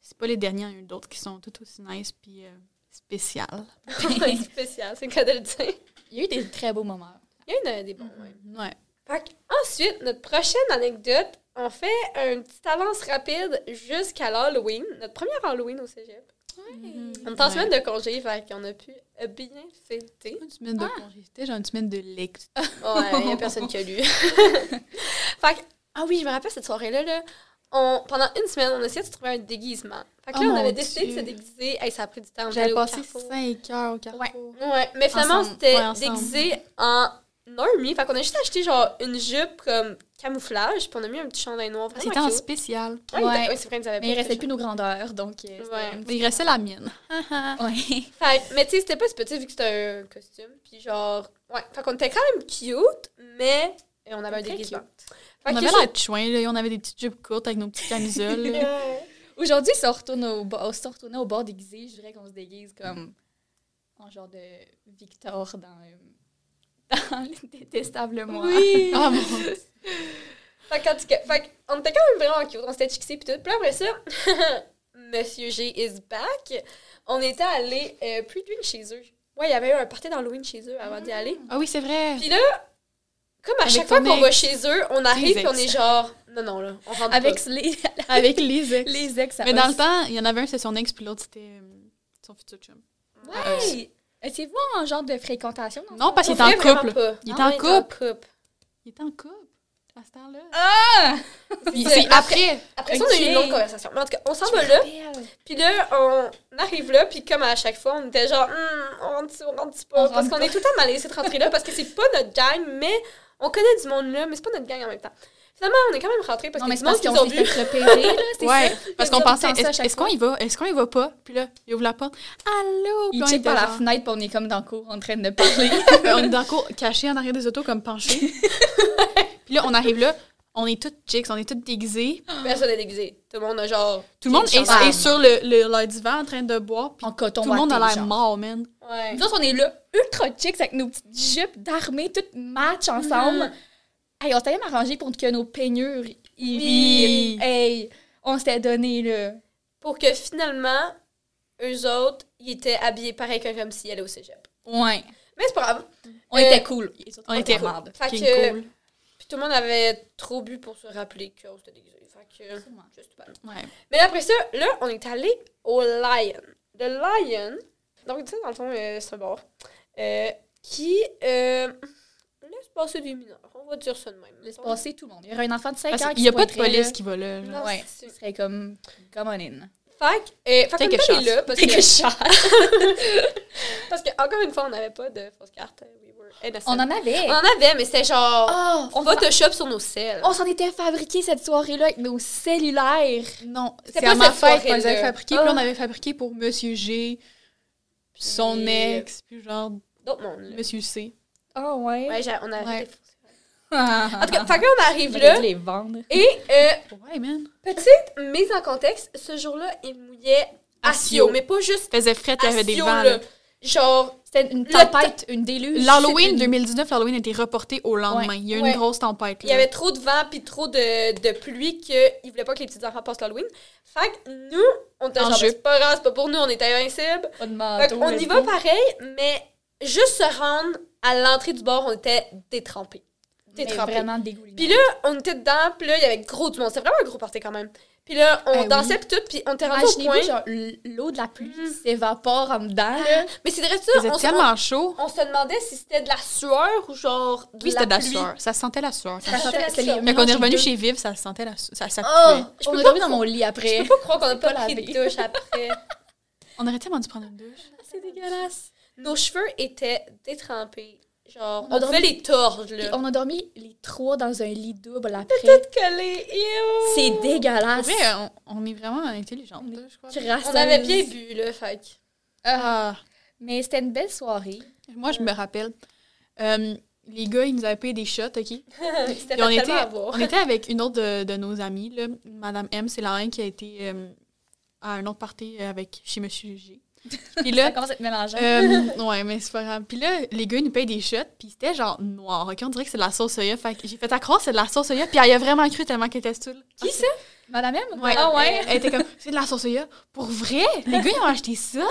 S2: c'est pas les derniers, il y en a eu d'autres qui sont tout aussi nice puis euh, spéciales.
S3: c'est spécial, c'est le cas de le dire.
S1: Il y a eu des très beaux moments.
S3: Il y en a euh, des bons, ouais.
S2: Ouais.
S3: Fait que, ensuite, notre prochaine anecdote, on fait une petite avance rapide jusqu'à l'Halloween, notre première Halloween au cégep. On est en
S2: Ouais.
S3: semaine de congé, fait qu'on a pu euh, bien fêter.
S2: Une semaine de congé, c'était genre une semaine de lecture.
S3: Ouais, il a personne qui a lu. fait que, ah oui, je me rappelle cette soirée-là, là, on, pendant une semaine, on essayait de se trouver un déguisement. Fait que
S2: Oh
S3: là, on
S2: mon
S3: avait décidé
S2: Dieu.
S3: de se déguiser. Hey, ça a pris du temps. on est allé
S2: J'avais
S3: au
S2: passé
S3: Carrefour.
S2: 5 heures au carrefour.
S3: Ouais, mais finalement,
S2: Ensemble,
S3: c'était
S2: ouais, ensemble.
S3: déguisé en army. Fait qu'on a juste acheté genre une jupe comme camouflage, puis on a mis un petit chandail noir. vraiment
S2: Ah, C'était en
S3: cute.
S2: spécial.
S3: Ouais,
S1: Ouais.
S3: ouais, c'est vrai, ils avaient
S1: Mais il
S3: pas
S1: restait
S3: fait
S1: plus nos grandeurs, donc. euh, c'était
S3: Ouais.
S1: un
S2: Mais
S1: petit-
S2: il restait la mienne.
S1: Ouais.
S3: Fait que- mais tu sais, c'était pas spécial vu que c'était un costume. Puis genre, ouais. Fait qu'on était quand même cute, mais et on avait un
S1: Très
S3: déguisement. Fait
S2: On
S3: que
S2: avait
S3: ça-
S2: l'air chouin, là, et on avait des petites jupes courtes avec nos petites camisoles. là.
S1: Aujourd'hui, si on retourne au, bo- si on retournait au bord déguisé, je dirais qu'on se déguise comme en genre de Victor dans, euh, dans le détestable moi.
S3: Oui!
S2: Ah, mon Dieu.
S3: Fait qu'en tout cas, fait qu'on était quand même vraiment cute. On s'était chixés pis tout. Puis là, après ça, Monsieur G is back. On était allé euh, pre-drink chez eux. Ouais, il y avait eu un party d'Halloween chez eux avant d'y aller.
S2: Ah oui, c'est vrai.
S3: Puis là, comme à
S2: Avec
S3: chaque fois
S2: ton
S3: qu'on va
S2: ex.
S3: chez eux, on arrive
S2: Tes
S3: et on
S2: ex.
S3: est genre, non, non, là, on rentre
S1: Avec
S3: pas.
S1: les,
S2: Avec les ex.
S1: les ex. ça
S2: Mais dans
S1: passe.
S2: le temps, il y en avait un, c'est son ex, puis l'autre, c'était euh, son futur chum.
S3: Ouais!
S1: Étiez-vous en genre de fréquentation? dans ce
S2: Non, parce
S1: temps-là?
S2: qu'il était en
S3: Pour vrai,
S2: couple.
S3: vraiment pas.
S2: Il était
S3: Ah
S2: en
S3: ouais,
S2: couple.
S3: couple.
S2: Il était en couple à ce temps-là.
S3: Puis
S2: C'est
S3: c'est-
S2: après.
S3: Après ça, on a eu une
S1: Ok.
S3: longue conversation. Mais en tout cas, on s'en
S1: Je me
S3: va là.
S1: rappelle.
S3: Puis là, on arrive là. Puis comme à chaque fois, on était genre, Hum, on rentre-tu, on rentre-tu pas.
S1: On
S3: parce
S1: rentre
S3: qu'on est tout le temps mal à cette rentrée-là. Parce que c'est pas notre gang, mais on connaît du monde là, mais c'est pas notre gang en même temps. Finalement, on est quand même rentré parce
S1: Non,
S3: que
S1: mais
S3: du
S1: c'est
S3: monde
S1: parce
S3: qu'ils
S1: qu'ils
S3: ont
S1: ont
S3: vu.
S1: fait repérer, là, c'est
S2: Ouais,
S1: ça?
S2: parce
S1: Ils ont tout
S2: qu'on
S1: le
S2: pensait,
S1: temps ça à
S2: est-ce
S1: chaque
S2: est-ce qu'on y va? Est-ce qu'on y va pas? Puis là, il ouvre la porte. Allô? Puis
S1: Ils
S2: on
S1: checkent
S2: était
S1: par la
S2: genre-
S1: fenêtre, puis on est comme dans le cours en train de parler.
S2: Euh, on est dans le cours, caché en arrière des autos, comme penché. puis là, on arrive là, on est toutes chicks, on est toutes déguisées.
S3: Personne n'est déguisé. Tout le monde a genre.
S2: Tout le monde est,
S3: Chicks,
S1: ouais.
S2: est sur le, le, leur divan en train de boire, puis
S1: en coton
S2: tout le monde a
S1: watté,
S2: l'air
S1: genre.
S2: mort, man.
S3: Ouais.
S1: Nous autres, on est là, ultra chicks avec nos petites jupes d'armée, toutes match ensemble. Hey, on s'était même arrangé pour que nos peignures y
S2: Oui.
S1: vivent. Hey, on s'était donné, là.
S3: Pour que finalement, eux autres, ils étaient habillés pareil que comme s'ils allaient au cégep.
S1: Ouais.
S3: Mais c'est pas grave.
S1: On
S3: Euh,
S1: était cool.
S2: On était
S1: cool.
S2: marde.
S3: Fait
S2: King
S3: que-
S2: cool.
S3: Puis tout le monde avait trop bu pour se rappeler qu'on s'était déguisé. Fait que. Juste pas.
S2: Ouais.
S3: Mais après ça, là, on est allé au Lion. Le Lion, donc ça, dans le fond, euh, c'est un bar euh, qui euh, laisse passer des mineurs. On va dire ça de même.
S1: Laisse passer tout le monde. Il y aurait un enfant de 5
S2: Parce
S1: ans
S2: qu'il
S1: qui
S2: n'y a
S1: se
S2: pas de
S1: pointerait,
S2: police
S1: là.
S2: qui va là. genre.
S3: Non,
S1: Ouais,
S3: c'est
S1: ce
S3: sûr.
S1: serait comme come on in.
S3: Fait que, euh, fait qu'on
S2: Take
S3: est
S2: a
S3: allé
S2: shot.
S3: là parce
S1: Quelque
S3: que,
S1: chose.
S3: parce que, encore une fois, on n'avait pas de fausse carte. euh, We were innocent.
S1: On en avait.
S3: On en avait, mais c'était genre.
S1: Oh,
S3: on Photoshop sur nos selles.
S1: Ah, on s'en était fabriqué cette soirée-là avec nos cellulaires.
S2: Non,
S3: C'était
S2: c'est
S3: pas
S2: à ma
S3: cette
S2: fête qu'on
S3: soirée-là.
S2: les avait fabriqués. Puis là,
S3: Ah.
S2: on avait fabriqué pour Monsieur G, puis son
S3: Puis-
S2: ex, puis genre
S3: D'autres mondes. là.
S2: Monsieur C.
S1: Oh, ouais. Ah,
S3: Ouais, j'ai- on a.
S2: Ouais.
S3: En tout cas, fait que là, on
S1: il
S3: arrive
S1: a
S3: là
S1: dû les vendre.
S3: et euh,
S2: Ouais, man.
S3: Petite mise en contexte, ce jour-là, il mouillait Asio,
S2: Asio.
S3: mais pas juste
S2: Faisait fret, il y avait des
S3: Asio,
S2: vents. là.
S3: là. Genre,
S1: C'était une
S3: Le
S1: tempête, une déluge.
S2: L'Halloween
S1: C'était une-
S2: 2019, l'Halloween a été reporté au lendemain.
S1: Ouais.
S2: Il y a eu une
S3: Ouais.
S2: grosse tempête.
S3: il
S2: Là.
S3: y avait trop de vent puis trop de, de pluie qu'il voulait pas que les petits enfants passent l'Halloween. Fait que nous, on était
S2: En
S3: genre,
S2: jupe.
S3: c'est pas grave, c'est pas pour nous, on était invincibles.
S1: Pas de
S3: Fait
S1: manteau,
S3: qu'on
S1: le
S3: y va pareil, mais juste se rendre à l'entrée du bord, on était détrempés.
S1: Mais
S3: Détrempés.
S1: vraiment dégoulinant.
S3: Puis On était dedans, puis là, il y avait gros du monde. C'était vraiment un gros party quand même. Puis là, on
S2: Ah
S1: Eh
S3: dansait puis tout, puis on était rendu au point. Ah,
S1: imaginez-vous, genre, l- l'eau de la pluie
S3: Mhm.
S1: s'évapore en dedans. là.
S3: Mais c'est vrai, ça,
S2: Il faisait
S3: on, se-
S2: tellement chaud.
S3: on se demandait si c'était de la sueur ou genre de
S2: Oui, c'était de la
S3: pluie.
S2: sueur. Ça sentait la sueur.
S1: Ça
S2: Ça
S3: sentait
S1: sentait-
S3: la
S1: c'était
S3: sueur.
S1: les
S2: Fait qu'on est
S1: mélanges
S2: revenu
S1: des
S2: chez Vive, ça sentait la sueur. Ça, ça
S1: deux.
S2: puait.
S3: Ah, Je
S1: On
S3: peux
S1: est
S3: pas
S1: dormi dans mon lit
S3: Je
S1: après.
S3: peux pas croire qu'on a pas
S1: pas
S3: pris de
S1: lavé.
S3: douche après.
S2: On aurait tellement dû prendre une douche.
S1: C'est dégueulasse.
S3: Nos cheveux étaient détrempés. Genre,
S1: On
S3: on,
S1: a dormi-
S3: devait les tordre,
S1: Puis
S3: là.
S1: on a dormi les trois dans un lit double après.
S3: collé. ew.
S1: C'est
S2: Pour
S1: dégueulasse.
S2: vrai, on, on est vraiment intelligents.
S1: On est-
S2: là, je crois.
S1: Crasseuse.
S3: On avait bien bu, là, fait. que-
S2: Ah.
S1: Mais c'était une belle soirée.
S2: Moi, je me rappelle. euh, Il les gars, ils nous avaient payé des shots, OK?
S3: C'était
S2: Puis on,
S3: fait tellement
S2: était,
S3: avoir.
S2: on était avec une autre de, de nos amies, là, Madame M, c'est la reine qui a été euh, à un autre party euh, avec chez Monsieur G. Puis
S1: Ça
S2: là,
S1: commence à être mélangeant.
S2: euh, ouais, mais c'est pas grave. Puis là, les gars, ils nous payent des shots, puis c'était genre noir, OK? On dirait que c'est de la sauce soya. Fait que j'ai fait accroche, c'est de la sauce soya, puis elle y a vraiment cru tellement qu'elle était saoule.
S1: Qui ça? Madame M?
S2: Ouais.
S1: Ah ouais?
S2: Elle était comme, c'est de la sauce soya. Pour vrai? Les gars, ils ont acheté ça.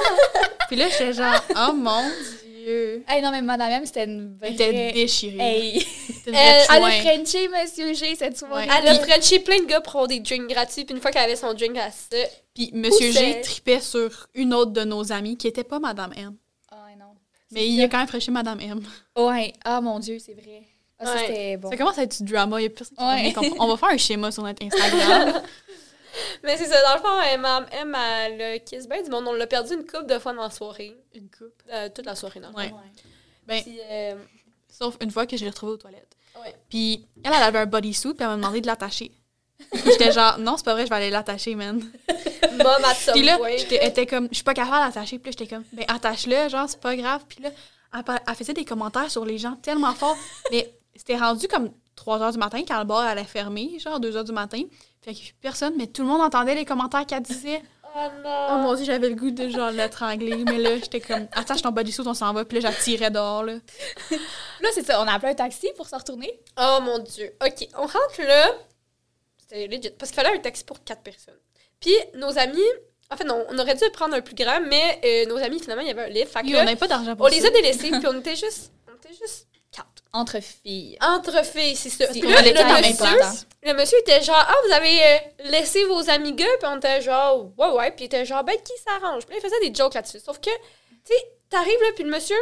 S2: puis là, j'étais genre, oh mon Dieu.
S1: Hey, non, mais Madame M, c'était une vraie...
S2: Elle était déchirée.
S1: Hey.
S2: C'était une
S1: Elle,
S2: vraie
S1: elle a
S2: chouin.
S1: frenché Monsieur G cette soirée.
S2: Ouais.
S3: Elle a frenché plein de gars pour avoir des drinks gratuits, puis une fois qu'elle avait son drink à ça,
S2: Puis Monsieur
S3: c'est-
S2: G tripait sur une autre de nos amies qui était pas Madame M.
S1: Ah non.
S2: Mais il a quand même fraîché Madame M.
S1: Ouais. Ah mon Dieu, c'est vrai. Ah, ça,
S3: Ouais.
S1: c'était bon.
S2: Ça commence à être du drama. Il y a personne qui va
S1: Ouais.
S2: bien comprendre. On va faire un schéma sur notre Instagram.
S3: Mais c'est ça, dans le fond, euh, elle, m'a- elle, m'a- elle a kiss bien du monde. On l'a perdu une couple de fois dans la soirée.
S2: une coupe.
S3: Euh, toute la soirée, non?
S2: Ouais.
S1: Ouais.
S2: Ben,
S3: Puis, euh,
S2: sauf une fois que je l'ai retrouvée aux toilettes.
S3: Ouais.
S2: Puis elle, elle avait un bodysuit, puis elle m'a demandé de l'attacher. J'étais genre, non, c'est pas vrai, je vais aller l'attacher, man.
S3: mom at some
S2: Puis là,
S3: point.
S2: j'étais- elle était comme, je suis pas capable d'attacher. Puis là, j'étais comme, ben, attache-le, genre, c'est pas grave. Puis là, elle, par- elle faisait des commentaires sur les gens tellement forts. Mais c'était rendu comme 3 h du matin quand le bar allait fermer, genre 2 h du matin. Fait que personne, mais tout le monde entendait les commentaires qu'elle disait.
S3: Oh
S2: Oh
S3: non!
S2: mon dieu, j'avais le goût de genre l'étrangler. mais là, j'étais comme, attache ton bodysuit, on s'en va. Puis là, j'attirais dehors, là.
S1: Là, c'est ça. On a appelé un taxi pour se retourner.
S3: Oh mon dieu. OK, on rentre là. C'était legit. Parce qu'il fallait un taxi pour quatre personnes. Puis nos amis. En fait, non, on aurait dû prendre un plus grand, mais euh, nos amis, finalement, il y avait un livre. Fait que
S2: Puis
S3: là,
S2: on n'avait pas d'argent
S3: on,
S2: pour
S3: les
S2: ça.
S3: a délaissés, puis on était juste. On était juste quatre.
S1: Entre filles.
S3: Entre filles, c'est ça. Puis
S2: qu'on
S3: là,
S2: allait
S3: le
S2: quand même
S3: monsieur,
S2: pas
S3: le monsieur était genre, ah, vous avez euh, laissé vos amis gars, puis on était genre, ouais, ouais, puis il était genre, ben, qui s'arrange? Puis là, il faisait des jokes là-dessus. Sauf que, tu sais, t'arrives là, puis le monsieur,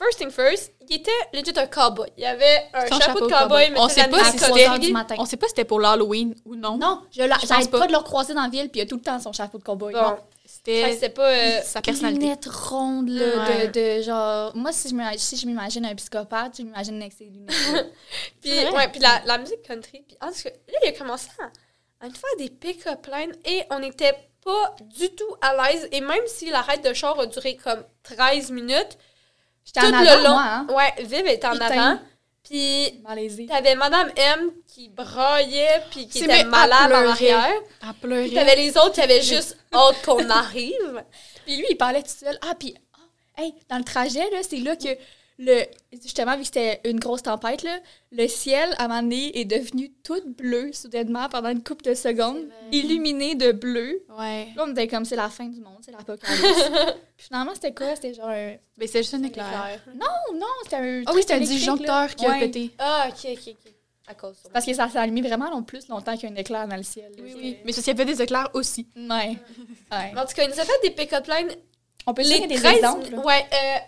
S3: first thing first, il était legit un cowboy. Il avait un
S2: Son
S3: chapeau, de cowboy, il
S2: On
S3: mettait
S2: sait
S3: la
S2: pas
S3: musique
S2: si
S1: à
S3: comme-
S1: trois heures
S2: c'était-
S1: du matin.
S2: On sait pas si c'était pour l'Halloween ou non.
S1: Non, je la-
S2: Je pense
S1: j'arrête pas.
S2: pas.
S1: de le croiser dans la ville, puis il a tout le temps son chapeau de cowboy.
S3: Bon,
S1: Non.
S3: fait que
S2: C'était
S3: c'était pas. euh,
S2: sa
S1: Puis
S2: personnalité.
S1: lunettes rondes, là,
S2: Ouais.
S1: de, de genre... Moi, si je m'imagine, si je m'imagine un psychopathe, je m'imagine avec ses lunettes.
S3: puis,
S2: C'est vrai.
S3: ouais, puis la, la musique country. Puis, en tout cas, là, il a commencé à, à nous faire des pick-up lines, et on était pas du tout à l'aise. Et même si la ride de char a duré comme 13 minutes,
S1: J'étais en
S3: Tout
S1: avant,
S3: le long.
S1: moi, hein.
S3: ouais, Viv était en
S1: Putain.
S3: avant. Puis
S1: Malaisé.
S3: T'avais Madame M qui braillait puis qui
S2: C'est mais
S3: était malade
S2: à
S3: en
S2: pleurer.
S3: arrière.
S2: À
S3: Puis
S2: pleurer.
S3: t'avais les autres qui avaient juste hâte qu'on arrive.
S1: Puis lui, il parlait tout seul. Ah, puis, ah, hey, dans le trajet, là, c'est là que, le, justement, vu que c'était une grosse tempête, là, le ciel, à un moment donné, est devenu tout bleu, soudainement, pendant une couple de
S3: C'est
S1: secondes,
S3: vrai.
S1: illuminé de bleu.
S2: Ouais.
S1: Là, on était comme, c'est la fin du monde, c'est l'apocalypse. puis finalement, c'était quoi? C'était genre un...
S2: Mais c'est juste un éclair.
S3: Claire.
S1: Oh non, c'était un...
S2: Ah
S1: truc
S2: oui, c'était un
S1: électrique,
S2: disjoncteur
S1: là.
S2: qui a
S1: Ouais.
S2: pété.
S3: Ah, ok, ok, ok. À cause de ça.
S1: Parce que ça s'est allumé vraiment long- plus longtemps qu'un éclair dans le ciel. là.
S3: Oui,
S2: Mais ceci, il y avait des éclairs aussi.
S1: Ouais. ouais.
S3: En tout cas, ils nous a fait des pick-up lines.
S1: On peut
S3: Les
S1: donner des
S3: 13
S1: exemples?
S3: Ouais, euh,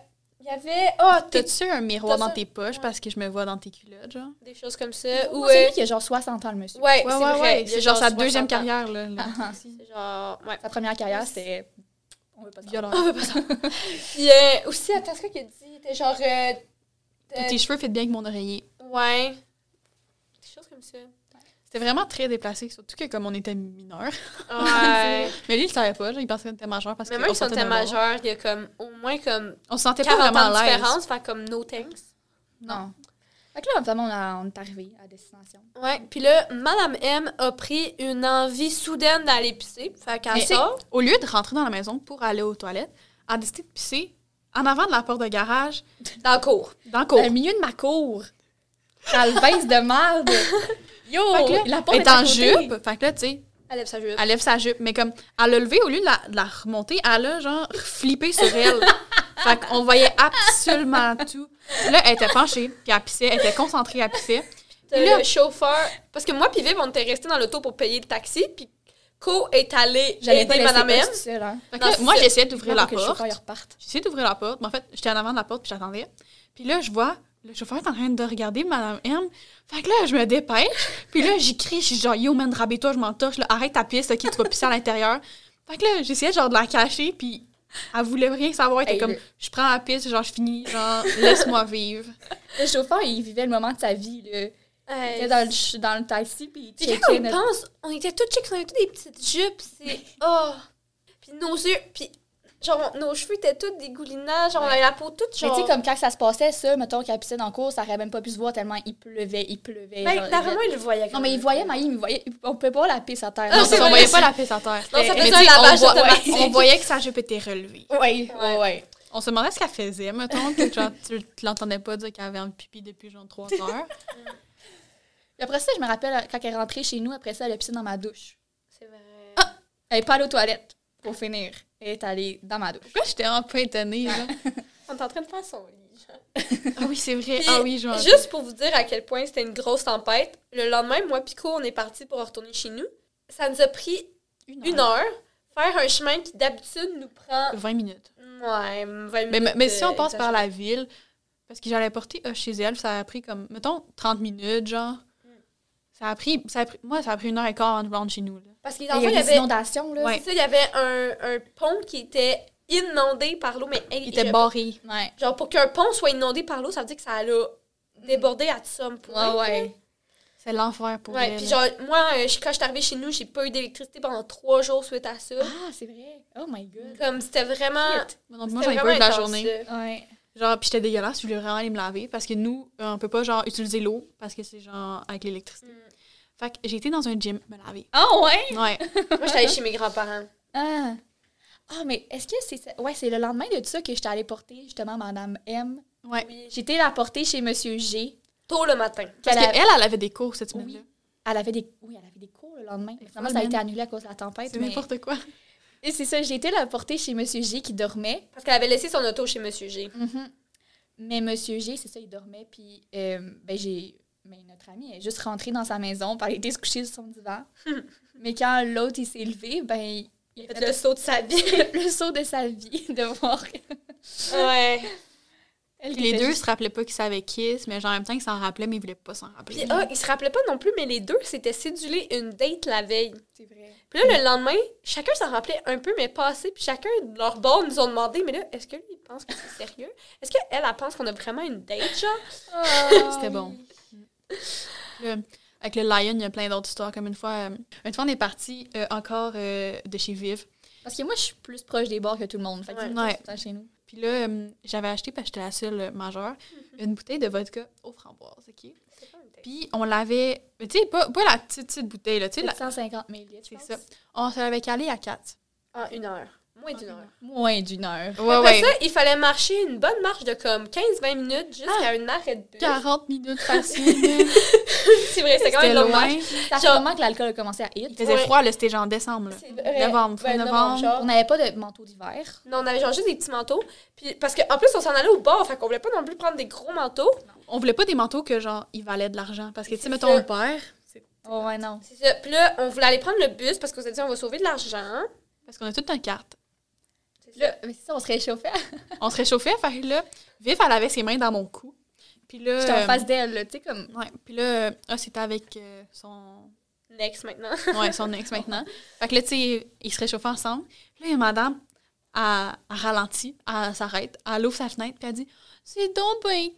S3: il y avait. Ah, t'as
S2: T'as-tu un miroir
S3: t'as
S2: dans
S3: ça?
S2: tes poches
S3: Ouais.
S2: parce que je me vois dans tes culottes, genre?
S3: des choses comme ça. Ou.
S1: Moi, C'est
S3: euh,
S1: lui qui a genre 60 ans, le monsieur.
S2: Ouais,
S3: Ouais, c'est
S2: ouais,
S3: vrai.
S2: ouais.
S3: il y a
S2: C'est genre sa
S3: 60 ans.
S2: deuxième carrière, là. là.
S1: Ah, ah.
S3: C'est genre. Ouais.
S1: Sa première carrière, c'était... On veut pas savoir.
S2: Violent.
S3: Ah, ouais, pas ça. Puis euh, aussi, attends, ce qu'il a dit, était genre. euh, euh,
S2: Tes cheveux fit bien avec mon oreiller.
S3: Ouais. Des choses comme ça.
S2: C'était vraiment très déplacé, surtout que comme on était mineurs.
S3: Ouais.
S2: Mais lui, il savait pas, genre, il pensait qu'on était majeur parce que.
S3: Mais même
S2: on
S3: si on
S2: sortait
S3: était
S2: d'un bar.
S3: majeur, il y a comme au moins comme
S2: On se sentait pas
S3: 40
S2: vraiment à
S3: ans de
S2: l'aise.
S3: différence, faire comme no thanks.
S1: Non. Fait que là, finalement, on, a- on est arrivé à destination.
S3: Ouais, puis là, Madame M a pris une envie soudaine d'aller pisser. Fait qu'elle
S2: Mais-
S3: sort.
S2: Au lieu de rentrer dans la maison pour aller aux toilettes, elle a décidé de pisser en avant de la porte de garage,
S3: Dans le cours.
S2: dans le cours.
S1: Au milieu de ma cour. Dans le baisse de merde. Yo!
S2: Fait que là,
S1: la
S2: elle
S1: porte
S2: est en
S1: à côté.
S2: jupe. Fait que là, tu sais,
S3: Elle lève sa jupe.
S2: elle lève sa jupe, mais comme elle l'a levée, au lieu de la, de la remonter, elle a genre flippé sur elle. fait qu'on voyait absolument tout. Là, elle était penchée, puis elle pissait, elle était concentrée, elle pissait.
S3: T'as
S2: Et là-
S3: le chauffeur. Parce que moi, puis Viv, on était restés dans l'auto pour payer le taxi. Puis Co est allée
S1: J'allais pas
S3: aider
S1: laisser
S3: Madame
S1: Madame
S3: M.
S1: tout seul, hein.
S2: Fait que
S3: Non,
S2: là,
S3: c'est
S2: moi,
S3: ça.
S2: j'essayais d'ouvrir
S1: Vraiment
S2: la
S1: que le
S2: porte.
S1: chauffeur il reparte.
S2: J'essayais d'ouvrir la porte, mais en fait, j'étais en avant de la porte, puis j'attendais. Puis là, je vois le chauffeur est en train de regarder Madame M. Fait que là, je me dépêche, puis là, j'y crie, je suis genre, yo, man, rabais-toi, je m'entorche, là, arrête ta piste, ok, tu vas pisser à l'intérieur. Fait que là, j'essayais genre de la cacher, puis elle voulait rien savoir, elle était
S1: Hey,
S2: comme,
S1: le-
S2: je prends la piste, genre, je finis, genre, laisse-moi vivre.
S1: Le chauffeur, il vivait le moment de sa vie. Là. Il était
S3: Hey.
S1: dans le, ch- dans le taxi, puis il
S3: Puis Euh, quand on y pense, on était toutes chicks, on avait toutes des petites jupes. C'est. Oh! Puis nos yeux. Puis Genre, on- nos cheveux étaient tous dégoulinants, genre, on avait la peau toute
S1: Mais
S3: genre.
S1: tu sais, comme quand ça se passait, ça, mettons qu'à la piscine en cours, ça aurait même pas pu se voir tellement il pleuvait, il pleuvait.
S3: Ben,
S1: genre,
S3: clairement, ils le voyaient.
S1: Non, mais il voyait Maï, il me voyait. On peut pas la pisse à terre.
S3: Ah,
S2: Non,
S1: Non,
S3: c'est
S2: on
S1: ça,
S3: vrai,
S2: voyait
S3: c'est-
S2: pas la pisse à terre.
S3: Non, ça
S2: Mais
S3: faisait
S2: tu
S3: un
S2: sais, on
S3: lavage
S2: voit-
S3: automatique.
S2: on voyait que sa jupe était relevée.
S1: Ouais, ouais,
S3: Ouais.
S1: ouais.
S2: On se demandait ce qu'elle faisait, mettons, que genre, tu tu l'entendais pas dire qu'elle avait un pipi depuis genre trois heures.
S1: Puis après ça, je me rappelle euh, quand elle est rentrée chez nous, après ça, elle a pissé dans ma douche.
S3: C'est vrai.
S1: Elle est pas allée aux toilettes pour finir. Elle est allée dans ma douche.
S2: Pourquoi j'étais un peu étonnée, là?
S3: On est en train de faire son lit. genre.
S2: Ah oui, c'est vrai.
S3: Puis,
S2: Ah oui, je m'en
S3: Juste pour vous dire à quel point c'était une grosse tempête, le lendemain, moi, Pico, on est parti pour retourner chez nous. Ça nous a pris une heure faire un chemin qui d'habitude nous prend.
S2: 20 minutes.
S3: Ouais, 20 minutes.
S2: Mais, mais, mais si
S3: euh,
S2: on passe par la ville, parce que j'allais porter euh, chez elle, ça a pris comme, mettons, 30 minutes, genre. Ça a pris, ça a pris- moi, ça a pris une heure et quart avant de me rendre chez nous. Là.
S3: Parce qu'il
S1: Il y a eu
S3: y
S1: des
S3: avait,
S1: inondations, là.
S2: Ouais.
S3: c'est ça, il y avait un, un pont qui était inondé par l'eau. mais
S2: Il était barré.
S1: Ouais.
S3: Genre, pour qu'un pont soit inondé par l'eau, ça veut dire que ça a débordé à tout somme
S1: Ouais, ouais.
S2: C'est l'enfer pour
S3: Ouais,
S2: elle.
S3: puis genre, moi, euh, je- quand je suis arrivée chez nous, j'ai pas eu d'électricité pendant trois jours suite à ça.
S1: Ah, c'est vrai. Oh my god.
S3: Comme c'était vraiment.
S2: Moi, donc, moi,
S3: c'était
S2: j'en ai pas eu
S3: vraiment
S2: de la
S3: intense, euh.
S2: journée.
S3: là.
S1: Ouais.
S2: Genre, puis j'étais dégueulasse, je voulais vraiment aller me laver parce que nous, euh, on peut pas, genre, utiliser l'eau parce que c'est, genre, avec l'électricité.
S3: Mm.
S2: Fait que j'ai été dans un gym me laver.
S1: Ah, ouais?
S2: Ouais.
S3: Moi, j'étais allée chez mes grands-parents.
S1: Ah. Ah, mais est-ce que c'est. ça- Ouais, c'est le lendemain de ça que j'étais allée porter, justement, Madame M.
S2: Ouais.
S3: Oui.
S1: J'étais la porter chez Monsieur G.
S3: Tôt le matin.
S2: Parce
S1: qu'elle
S2: qu'elle,
S1: a-
S2: elle avait des cours cette semaine-là.
S1: Oui. Elle avait des, oui, elle avait des cours le lendemain.
S2: Elle est
S1: Finalement,
S2: folle,
S1: ça a
S2: man.
S1: été annulé à cause de la tempête.
S2: C'est
S1: mais-
S2: n'importe quoi.
S1: Et c'est ça, j'ai été la porter chez Monsieur G qui dormait.
S3: Parce qu'elle avait laissé son auto chez Monsieur G.
S1: Mhm. Mais Monsieur G, c'est ça, il dormait. Puis, euh, ben, j'ai. Mais notre ami est juste rentrée dans sa maison, puis elle était se coucher sur son divan. mais quand l'autre, il s'est levé, ben, il a
S3: Fait
S1: fait
S3: le saut de sa vie.
S1: le, saut de sa vie de voir
S3: ouais.
S1: elle
S2: Puis les
S1: était
S2: deux
S1: juste-
S2: se rappelaient pas qu'ils savaient Kiss, mais genre en même temps ils s'en rappelaient, mais ils voulaient pas s'en
S3: Puis
S2: rappeler.
S3: ah, ils se rappelaient pas non plus, mais les deux s'étaient cédulés une date la veille.
S1: C'est vrai.
S3: Puis là, le lendemain, chacun s'en rappelait un peu, mais pas assez. Puis chacun de leur bord nous ont demandé, mais là, est-ce que lui, il pense que c'est sérieux? Est-ce qu'elle, elle pense qu'on a vraiment une date, genre?
S2: C'était bon. Le- avec le Lion, il y a plein d'autres histoires. Comme une fois, euh, une fois on est parti euh, encore euh, de chez Vive.
S1: Parce que moi, je suis plus proche des bars que tout le monde. Fait que
S3: Ouais.
S1: c'est pour ça que
S2: Ouais.
S1: je suis tout le temps chez nous.
S2: Puis là, euh, j'avais acheté, parce que j'étais la seule euh, majeure,
S3: Mm-hmm.
S2: une bouteille de vodka aux framboises, OK?
S3: C'est pas une date.
S2: Puis on l'avait, mais tu sais, pas, pas la petite, petite bouteille, là, tu sais, la-
S1: 150 000 litres.
S2: c'est ça. On se l'avait calé à 4.
S3: En une heure. Moins d'une heure.
S1: Moins d'une heure.
S2: Ouais,
S3: Après
S2: ouais.
S3: ça, il fallait marcher une bonne marche de comme 15-20 minutes jusqu'à
S2: Ah.
S3: un arrêt de bus.
S2: 40 minutes facile.
S3: C'est vrai, c'est quand
S2: C'était
S3: même long. hein.
S2: loin.
S1: C'est à ce
S3: Genre-
S1: moment que l'alcool a commencé à
S2: Il
S1: hit.
S2: faisait
S3: Ouais.
S2: froid, là, c'était genre en décembre. là.
S3: C'est vrai.
S2: Novembre, fin
S3: Ben,
S2: novembre.
S3: genre.
S1: On n'avait pas de manteau d'hiver.
S3: Non, on avait genre juste des petits manteaux. Puis, parce qu'en plus, on s'en allait au bord, fait qu'on voulait pas non plus prendre des gros manteaux.
S2: On voulait pas des manteaux que genre ils valaient de l'argent parce que tu sais
S3: C'est
S2: mettons
S3: ça.
S2: le père
S1: Oh, ouais, non.
S3: C'est ça. Puis là, on voulait aller prendre le bus parce qu'on s'est dit on va sauver de l'argent.
S2: parce qu'on a toute une carte.
S3: C'est ça.
S1: Là, mais c'est ça, on se réchauffait.
S2: On se réchauffait fait que là Viv elle avait ses mains dans mon cou. Puis là
S1: J'étais en
S2: euh,
S1: face d'elle, là, tu sais, comme.
S2: Ouais, puis là euh, ah, c'était avec euh, son
S3: Next maintenant.
S2: ouais, son ex maintenant. Fait que là tu sais ils se réchauffaient ensemble. Puis là il y a madame elle, elle ralentit, elle s'arrête, elle ouvre sa fenêtre puis elle dit c'est donc ben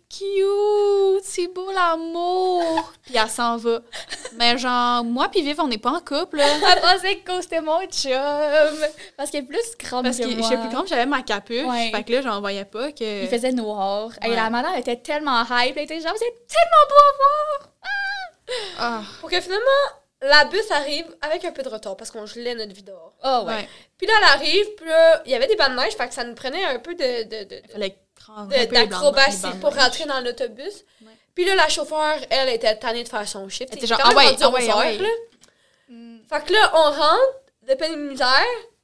S2: cute, c'est beau l'amour. puis elle s'en va. Mais genre moi puis Viv on n'est pas en couple. là.
S1: Elle pensait que Ah, c'était mon chum. Parce qu'elle est plus grande
S2: Parce que
S1: Oh, moi.
S2: j'étais plus grande, j'avais ma capuche.
S1: Ouais.
S2: Fait que là, j'en voyais pas que.
S1: Il faisait noir. Et
S2: Ouais.
S1: la madame était tellement hype. Elle était genre, c'est tellement beau à voir.
S2: Ah,
S3: Pour que finalement, la bus arrive avec un peu de retard parce qu'on gelait notre vie dehors.
S1: Oh, ouais.
S2: ouais.
S3: Puis là, elle arrive, puis là, il y avait des bandes de neige, fait que ça nous prenait un peu de, de, de- de-
S2: Fallait prendre un
S3: de-
S2: peu les
S3: d'acrobatie
S2: bandes- les
S3: pour
S2: bandes.
S3: rentrer dans l'autobus.
S2: Ouais.
S3: Puis là, la chauffeur, elle était tannée de faire son shift.
S2: Elle
S3: Il
S2: était
S3: était
S2: genre,
S3: quand même
S2: ah ouais,
S3: rendu
S2: ah ouais,
S3: 11 heures,
S2: ah ouais.
S3: là.
S1: Hmm.
S3: Fait que là, on rentre, de peine de misère.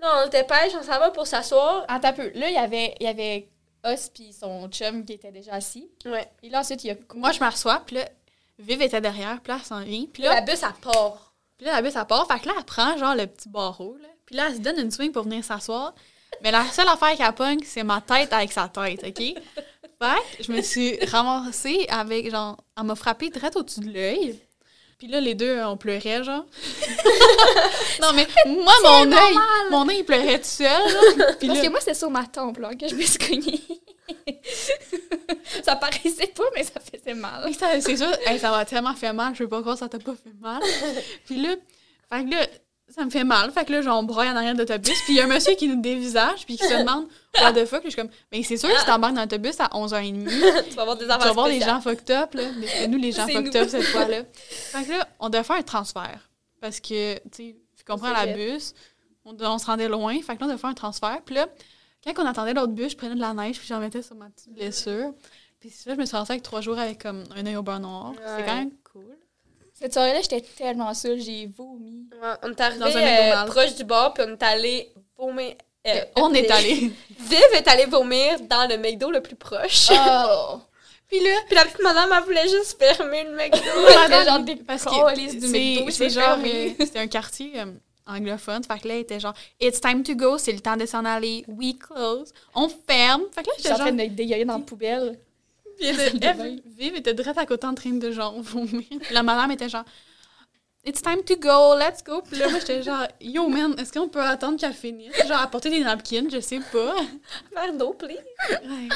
S3: Là, on le dépêche, on s'en va pour s'asseoir.
S1: Attends un peu. Là, il y avait, il y avait Os puis son chum qui était déjà assis.
S3: Ouais.
S1: Et là, ensuite, il y a.
S2: Moi, je m'assois, puis là, Viv était derrière, puis là, elle s'en vient. Puis
S3: Puis là,
S2: là,
S3: la bus, elle part.
S2: puis là, la bus, elle part. Fait que là, elle prend genre le petit barreau, là. Puis là, elle se donne une swing pour venir s'asseoir. Mais la seule affaire qu'elle pogne, c'est ma tête avec sa tête, OK? Fait que je me suis ramassée avec, genre, elle m'a frappée direct au-dessus de l'œil. Puis là, les deux, euh, on pleurait, genre. non, mais moi, mon œil, mon œil, il pleurait tout seul. genre. Puis
S1: Parce
S2: là,
S1: que moi, c'est sur ma tempe là, que je me suis cognée. ça paraissait pas, mais ça faisait mal.
S2: Hey, ça- c'est sûr, hey, ça m'a tellement fait mal, je veux pas croire que ça t'a pas fait mal. puis là, fait que là, ça me fait mal. Fait que là, genre, on broye en arrière de l'autobus. Puis il y a un monsieur qui nous dévisage, puis qui se demande what the fuck. Puis je suis comme, mais c'est sûr que si t'embarques dans l'autobus à 11h30,
S3: tu vas avoir des
S2: tu vas
S3: affaires
S2: voir les
S3: spéciales.
S2: gens fucked up, là. Mais c'est nous, les gens
S3: C'est
S2: fucked
S3: nous.
S2: up, cette fois-là. Fait que là, on devait faire un transfert. Parce que, tu sais, tu comprends, la
S3: C'est
S2: bus, on, on se rendait loin. Fait que là, on devait faire un transfert. Puis là, quand on attendait l'autre bus, je prenais de la neige, puis j'en mettais sur ma petite blessure. Puis ça, je me suis rendue avec trois jours avec comme un œil au beurre noir. C'est
S3: Ouais.
S2: quand même cool.
S1: Cette soirée-là, j'étais tellement saule, j'ai vomi.
S3: Ouais, on est arrivé euh,
S2: Dans un McDonald's.
S3: proche du bar, puis on est allé vomir. euh,
S2: on est
S3: euh,
S2: allé.
S3: Viv est allée vomir dans le McDo le
S2: Ah.
S3: plus proche.
S1: Oh!
S2: puis là,
S3: Puis la petite madame, elle voulait juste fermer le McDo.
S1: C'était genre
S2: madame,
S1: des
S2: parce que
S1: calices du
S2: c'est-
S1: McDo, je
S2: C'est
S1: veux
S2: genre,
S1: fermer.
S2: euh, c'était un quartier euh, anglophone. Fait que là, il était genre, It's time to go, c'est le temps de s'en aller, we close, on ferme. Fait que là,
S1: J'étais
S2: j'étais
S1: en train
S2: genre,
S1: de dégueuler dans la poubelle.
S2: Puis elle
S1: salle de
S2: était-
S1: bain.
S2: Viv était direct à côté en train de genre vomir. Puis la madame était genre, It's time to go, let's go. Puis là, moi, j'étais genre, Yo man, est-ce qu'on peut attendre qu'elle finisse? Genre, apporter des napkins, je sais pas.
S3: Faire d'eau, please.
S2: Ouais.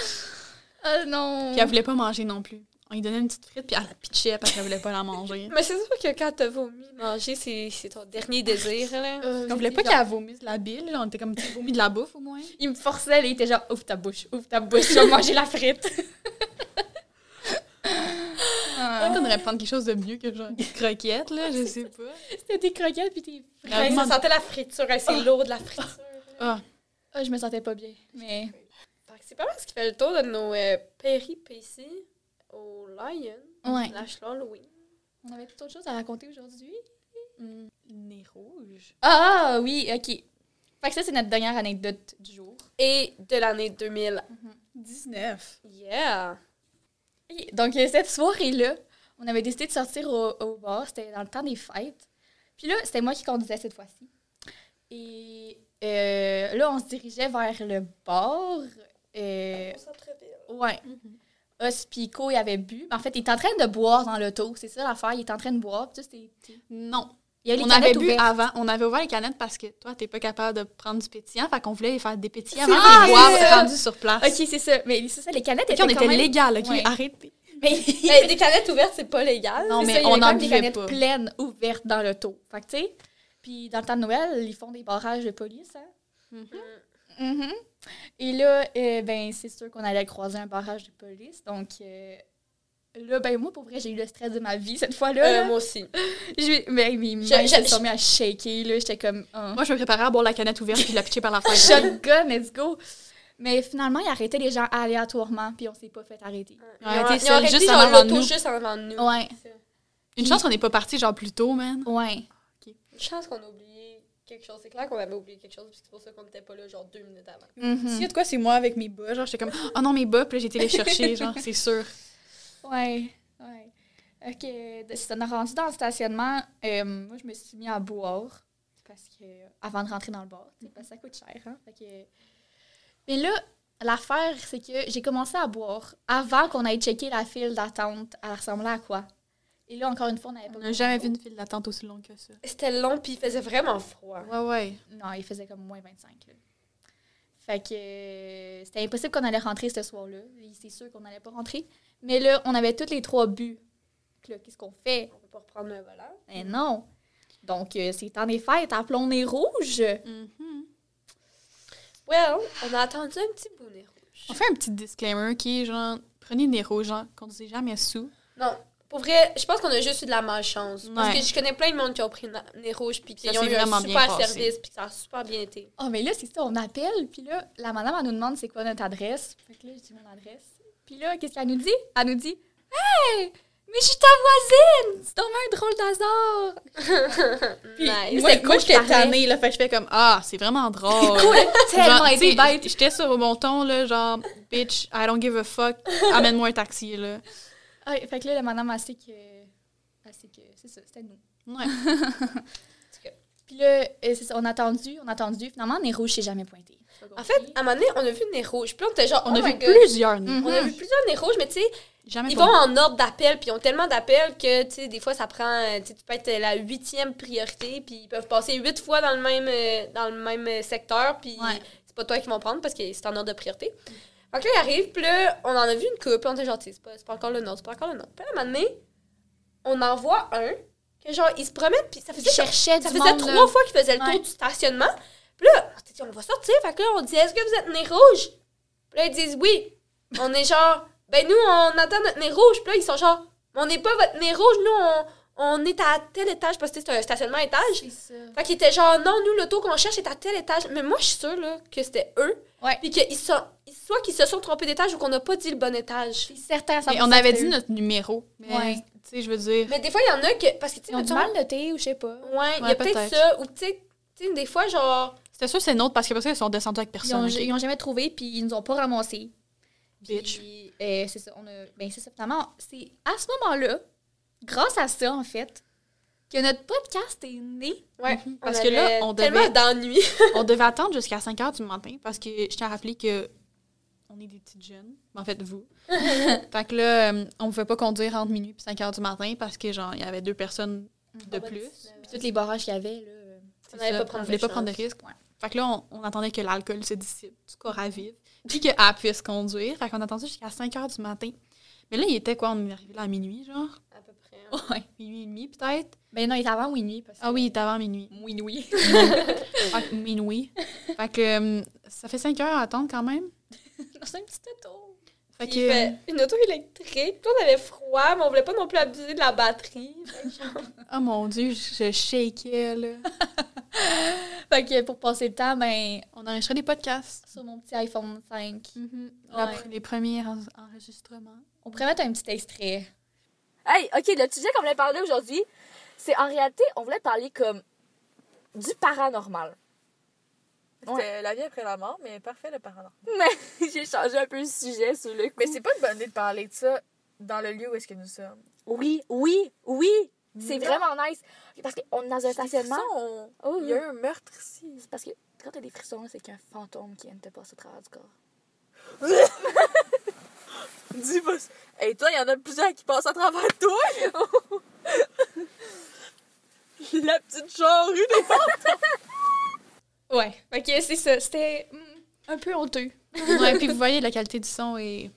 S1: Ah non!
S2: Puis elle voulait pas manger non plus. On lui donnait une petite frite, puis elle la pitchait parce qu'elle voulait pas la manger.
S3: Mais c'est sûr que quand t'as vomi, manger, c'est c'est ton dernier désir, là.
S1: Euh,
S2: On voulait pas qu'elle vomisse la bile, là. on était comme tu vomis de la bouffe au moins.
S1: Il me forçait, là, il était genre, ouvre ta bouche, ouvre ta bouche, je vais manger la frite.
S2: Peut-être
S1: Ah.
S2: qu'on devrait prendre quelque chose de mieux que genre des croquettes là, je sais pas.
S1: C'était des croquettes, puis des frites.
S2: la
S3: Ouais, ça
S2: demande-
S3: sentait la friture, hein, c'est lourd de la friture.
S2: Ah,
S1: Ah, je me sentais pas bien. Mais
S3: Fait que C'est pas mal ce qui fait le tour de nos euh, péripéties au Lion.
S1: Ouais.
S3: Lâche l'Halloween.
S1: on avait tout autre chose à raconter aujourd'hui.
S2: mm, nez rouge.
S1: Ah oui, ok. Fait que ça, c'est notre dernière anecdote du jour.
S3: Et de l'année 2000.
S2: 19.
S3: Yeah!
S1: Ok, Donc, euh, cette soirée-là, on avait décidé de sortir au, au bar. C'était dans le temps des fêtes. Puis là, c'était moi qui conduisais cette fois-ci. Et euh, là, on se dirigeait vers le bar. Euh, ouais.
S2: Mm-hmm.
S1: Us puis Co, il avait bu. Mais en fait, il était en train de boire dans l'auto. C'est ça l'affaire. Il était en train de boire. Puis ça, c'était-
S2: Non,
S1: il y a eu les
S2: on avait
S1: canettes
S2: bu
S1: ouvertes.
S2: avant, on avait ouvert les canettes parce que toi t'es pas capable de prendre du pétillant, fait qu'on voulait les faire des pétillants
S1: C'est
S2: avant
S1: vrai,
S2: qu'ils boivent
S1: c'est ça.
S2: rendu sur place.
S1: Ok, c'est ça. Mais c'est ça, les canettes
S2: Puis
S1: étaient
S2: on était
S1: quand même...
S2: légal, OK,
S1: Ouais.
S2: arrêtez.
S1: Mais-
S3: Mais des canettes ouvertes, c'est pas légal.
S2: Non,
S1: C'est
S2: mais
S1: ça, il y
S2: on
S1: avait
S2: en
S1: même des
S2: buvait
S1: canettes
S2: pas.
S1: pleines ouvertes dans l'auto. Fait que, tu sais, puis dans le temps de Noël, ils font des barrages de police, hein?
S3: Mm. Euh,
S1: Mhm. Et là, euh, ben, c'est sûr qu'on allait croiser un barrage de police. Donc, euh, là, ben, moi, pour vrai, j'ai eu le stress de ma vie cette fois-là.
S3: Euh,
S1: là.
S3: moi aussi.
S1: J'ai- mais mes mains
S3: Je-
S1: se
S3: je-
S1: sont mis à shaker, là. J'étais comme... ah.
S2: Moi je me préparais à boire la canette ouverte puis la pitcher par la fenêtre.
S1: Shotgun, let's go! Mais finalement, ils arrêtaient les gens aléatoirement, puis on s'est pas fait arrêter.
S3: Ils
S2: Ouais,
S3: ont-
S2: t'es
S3: ils ont
S2: seule,
S3: arrêté
S2: juste
S3: genre
S2: en avant de
S3: l'auto
S2: nous.
S3: juste en avant de nous.
S1: Ouais,
S2: Une chance qu'on n'est pas parti genre plus tôt, man.
S1: ouais.
S3: Je pense qu'on a oublié quelque chose. C'est clair qu'on avait oublié quelque chose, puis c'est pour ça qu'on n'était pas là genre deux minutes avant.
S1: Mhm.
S2: Si y a de quoi, c'est moi avec mes bas. Genre, j'étais comme, oh non, mes bas, puis là, j'étais les chercher, genre, c'est sûr.
S1: Ouais, ouais. Ok, de- si on a rendu dans le stationnement, euh, moi, je me suis mis à boire parce que, avant de rentrer dans le bar, tu sais, parce que ça coûte cher. Hein, fait que- Mais là, l'affaire, c'est que j'ai commencé à boire avant qu'on aille checker la file d'attente. Elle ressemblait à quoi? Et là, encore une fois, on n'avait pas.
S2: On n'a jamais vu une file d'attente aussi longue que ça.
S3: C'était long, puis il faisait vraiment froid.
S2: Ouais, ouais.
S1: Non, il faisait comme moins 25. Là. Fait que euh, c'était impossible qu'on allait rentrer ce soir-là. Et C'est sûr qu'on n'allait pas rentrer. Mais là, on avait toutes les trois bu. Fait que là, Qu'est-ce qu'on fait?
S3: On peut pas reprendre le volant.
S1: Mais non. Donc, euh, c'est en effet, fêtes, appelons les rouges. Mm-hmm.
S3: Well, hein? on a attendu un petit bout nez rouge.
S2: On fait un petit disclaimer qui est genre, prenez des rouges, genre, conduisez jamais sous.
S3: Non, pour vrai, je pense qu'on a juste eu de la malchance. Parce
S2: Ouais.
S3: que je connais plein de monde qui ont pris na- nez rouge, puis qui
S2: Ça
S3: ont
S2: s'est
S3: eu un
S2: vraiment bien
S3: super
S2: passé.
S3: service, puis ça a super bien été.
S1: Oh, mais là, c'est ça, on appelle, puis là, la madame, elle nous demande c'est quoi notre adresse. Fait que là, je dis mon adresse. Puis là, qu'est-ce qu'elle nous dit? Elle nous dit Hey, mais je suis ta voisine! C'est donc un drôle d'hasard!
S2: Puis,
S3: Nice.
S1: moi,
S2: moi,
S1: moi,
S2: j'étais
S1: j'étais
S2: tannée, là, fait que je fais comme, ah, c'est vraiment drôle.
S1: Tellement été bête!
S2: J'étais sur mon ton, là, genre, bitch, I don't give a fuck, amène-moi un taxi, là.
S1: Ah, fait que là, la madame, elle sait que. Elle sait que. C'est ça, c'était nous.
S2: Ouais.
S1: Puis là, euh, c'est ça, on a attendu, on a attendu. Finalement, les rouges, c'est jamais pointé.
S3: En fait, à un moment donné, on a vu nez rouge, puis là, on était genre,
S2: On
S3: oh
S2: a
S3: my
S2: vu
S3: God.
S2: plusieurs, nous.
S1: Mhm.
S3: On a vu plusieurs nez rouges, mais tu sais,
S2: Jamais
S3: Ils
S2: pas
S3: vont en ordre d'appel, puis ils ont tellement d'appels que, tu sais, des fois, ça prend, euh, tu sais, tu peux être la huitième priorité, puis ils peuvent passer huit fois dans le même, euh, dans le même euh, secteur, puis
S2: Ouais.
S3: c'est pas toi qui vont prendre parce que c'est en ordre de priorité. Donc là, ils arrivent, puis là, on en a vu une coupe, puis on était genre, Tu sais, c'est pas, c'est pas encore le nôtre, c'est pas encore le nôtre. Puis là, à un moment donné, on en voit un que genre, ils se promènent, puis ça faisait,
S1: Ils cherchaient
S3: ça
S1: du
S3: faisait
S1: monde,
S3: trois
S1: là.
S3: fois qu'ils faisaient le
S1: Ouais.
S3: tour du stationnement. Puis là, on s'est dit, on va sortir. Fait que là, on dit, est-ce que vous êtes nez rouge? Puis là, ils disent oui. On est genre, ben nous, on attend notre nez rouge. Puis là, ils sont genre, mais on n'est pas votre nez rouge. Nous, on, on est à tel étage. Parce que c'était un stationnement étage.
S1: C'est ça.
S3: Fait qu'ils étaient genre, non, nous, l'auto qu'on cherche est à tel étage. Mais moi, je suis sûre là, que c'était eux.
S1: Ouais.
S3: Puis qu'ils sont, soit qu'ils se sont trompés d'étage ou qu'on n'a pas dit le bon étage.
S1: C'est certain, ça
S2: Mais on avait dit notre numéro. Mais,
S1: Ouais.
S2: tu sais, je veux dire.
S3: Mais des fois, il y en a que. Parce que, tu sais,
S1: Ils ont du
S3: mettons-
S1: mal noté ou je sais pas.
S3: Ouais, il y
S2: Ouais,
S3: a peut-être
S2: peut-être.
S3: ça. Ou, tu sais, tu sais, des fois, genre.
S2: C'était sûr, c'est nôtre parce que parce qu'ils sont descendus avec
S1: Ils ont,
S2: personne.
S1: ils ont jamais trouvé, puis ils nous ont pas ramassés.
S2: Bitch.
S1: Puis, euh, c'est ça, on a... Ben, c'est ça, finalement, c'est à ce moment-là, grâce à ça, en fait, que notre podcast est né.
S3: Ouais.
S2: Mhm.
S3: on
S2: Parce que là,
S3: avait
S2: on
S3: Tellement
S2: devait-
S3: d'ennui.
S2: on devait attendre jusqu'à 5 heures du matin parce que je tiens à rappeler que on est des petites jeunes. Mais En fait, vous. fait que là, euh, on ne pouvait pas conduire entre minuit et 5 heures du matin parce que, genre, il y avait deux personnes de plus.
S1: Puis euh, tous les barrages qu'il y avait, là. euh,
S2: C'est
S3: On n'allait
S2: ça,
S3: pas prendre
S2: on voulait
S3: de
S2: pas
S3: chance.
S2: prendre de risques.
S1: Ouais.
S2: Fait que là, on, on attendait que l'alcool se dissipe, du corps à vivre, puis qu'elle puisse conduire. Fait qu'on attendait jusqu'à 5 heures du matin. Mais là, il était quoi? On est arrivé là à minuit, genre?
S3: À peu près. hein.
S1: Ouais.
S2: Minuit et demi, peut-être?
S1: Ben non, il est avant ou nuit. Parce que...
S2: Ah oui, il était avant minuit.
S1: oui, oui.
S2: Fait que minuit. Fait que euh, ça fait 5 heures à attendre quand même.
S1: c'est un petit auto.
S2: Fait
S3: Puis il
S2: que...
S3: fait une auto électrique. Puis on avait froid, mais on voulait pas non plus abuser de la batterie.
S2: Oh mon dieu, je je shakeais, là.
S1: Fait que pour passer le temps, ben,
S2: On enregistrait des podcasts.
S1: sur mon petit iPhone 5,
S2: La
S1: Mhm. Ouais.
S2: pr- les premiers en- enregistrements.
S1: on pourrait mettre un petit extrait.
S4: Hey, OK, le sujet qu'on voulait parler aujourd'hui, c'est en réalité, on voulait parler comme du paranormal.
S5: C'était la vie après la mort, mais parfait le paranormal.
S4: Mais j'ai changé un peu le sujet sur le coup.
S5: Mais c'est pas une bonne idée de parler de ça dans le lieu où est-ce que nous sommes.
S4: Oui, oui, oui, c'est
S5: Non.
S4: vraiment nice. Parce qu'on est dans un
S5: J'ai des
S4: stationnement.
S5: frissons.
S4: Oh,
S5: Il y a eu un meurtre ici.
S4: C'est parce que quand t'as des frissons, c'est qu'un fantôme qui aime te passer au travers du corps.
S5: Dis pas ça. Hey, toi, il y en a plusieurs qui passent à travers toi. la petite charrue des
S1: Ouais. Fait que c'est ça. C'était hum, un peu honteux.
S2: Ouais, puis vous voyez, la qualité du son est,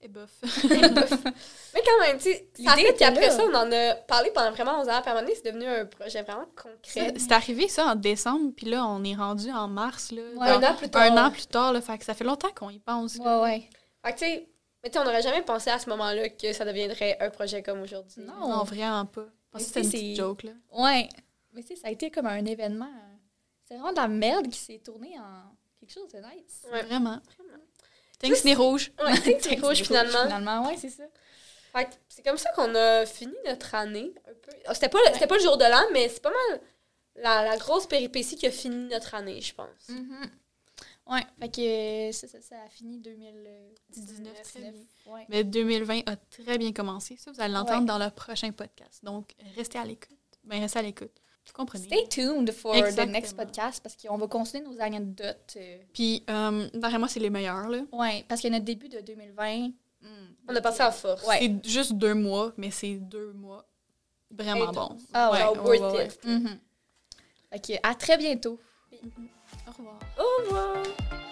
S2: est bof.
S3: Mais quand même, tu sais, ça a
S1: L'idée
S3: fait
S1: était
S3: qu'après
S1: là.
S3: ça, on en a parlé pendant vraiment 11 heures. Puis à un moment donné, c'est devenu un projet vraiment concret.
S2: C'est c'est arrivé ça en décembre, puis là, on est rendu en mars, là.
S1: Ouais,
S2: Genre,
S3: un an plus tard.
S2: un an plus tard, là. Fait que ça fait longtemps qu'on y pense. là.
S1: Ouais, ouais.
S3: Fait que, tu sais, mais tu sais, on n'aurait jamais pensé à ce moment-là que ça deviendrait un projet comme aujourd'hui.
S1: Non.
S2: Non, vraiment pas. Je pensais que c'était une
S1: Mais c'est-
S2: petite joke, là.
S1: Ouais. Mais tu sais, ça a été comme un événement. euh, C'est vraiment de la merde qui s'est tournée en quelque chose de nice.
S3: Ouais.
S2: Vraiment.
S3: Vraiment.
S2: Thanks, Nez Rouge.
S3: Ouais, tu sais, c'est rouge finalement.
S1: Finalement, ouais, c'est ça.
S3: Fait que c'est comme ça qu'on a fini notre année. Un peu. Ah, C'était pas, le- c'était pas le jour de l'an, mais c'est pas mal la, la grosse péripétie qui a fini notre année, je pense.
S2: Mm.
S1: Mm-hmm. Ouais. Fait que euh, ça, ça, ça a fini 2019.
S2: 19, très bien.
S1: Ouais.
S2: Mais 2020 a très bien commencé. Ça, vous allez l'entendre
S1: Ouais.
S2: dans le prochain podcast. Donc, restez à l'écoute. Ben, restez à l'écoute. Vous comprenez?
S1: Stay tuned for the next
S2: Exactement.
S1: podcast parce qu'on va continuer nos anecdotes. euh,
S2: Puis, euh, derrière moi, c'est les meilleurs, là.
S1: Ouais, parce que notre début de 2020. hum,
S3: On a passé en force.
S1: Ouais.
S2: C'est juste deux mois, mais c'est deux mois vraiment
S3: Intense.
S2: bons.
S1: Ah ouais.
S3: Genre,
S2: ouais,
S3: worth
S2: ouais,
S3: it.
S1: Mm-hmm. Mhm. Fait que à très bientôt.
S2: Au revoir.
S3: Au revoir!
S2: Bye.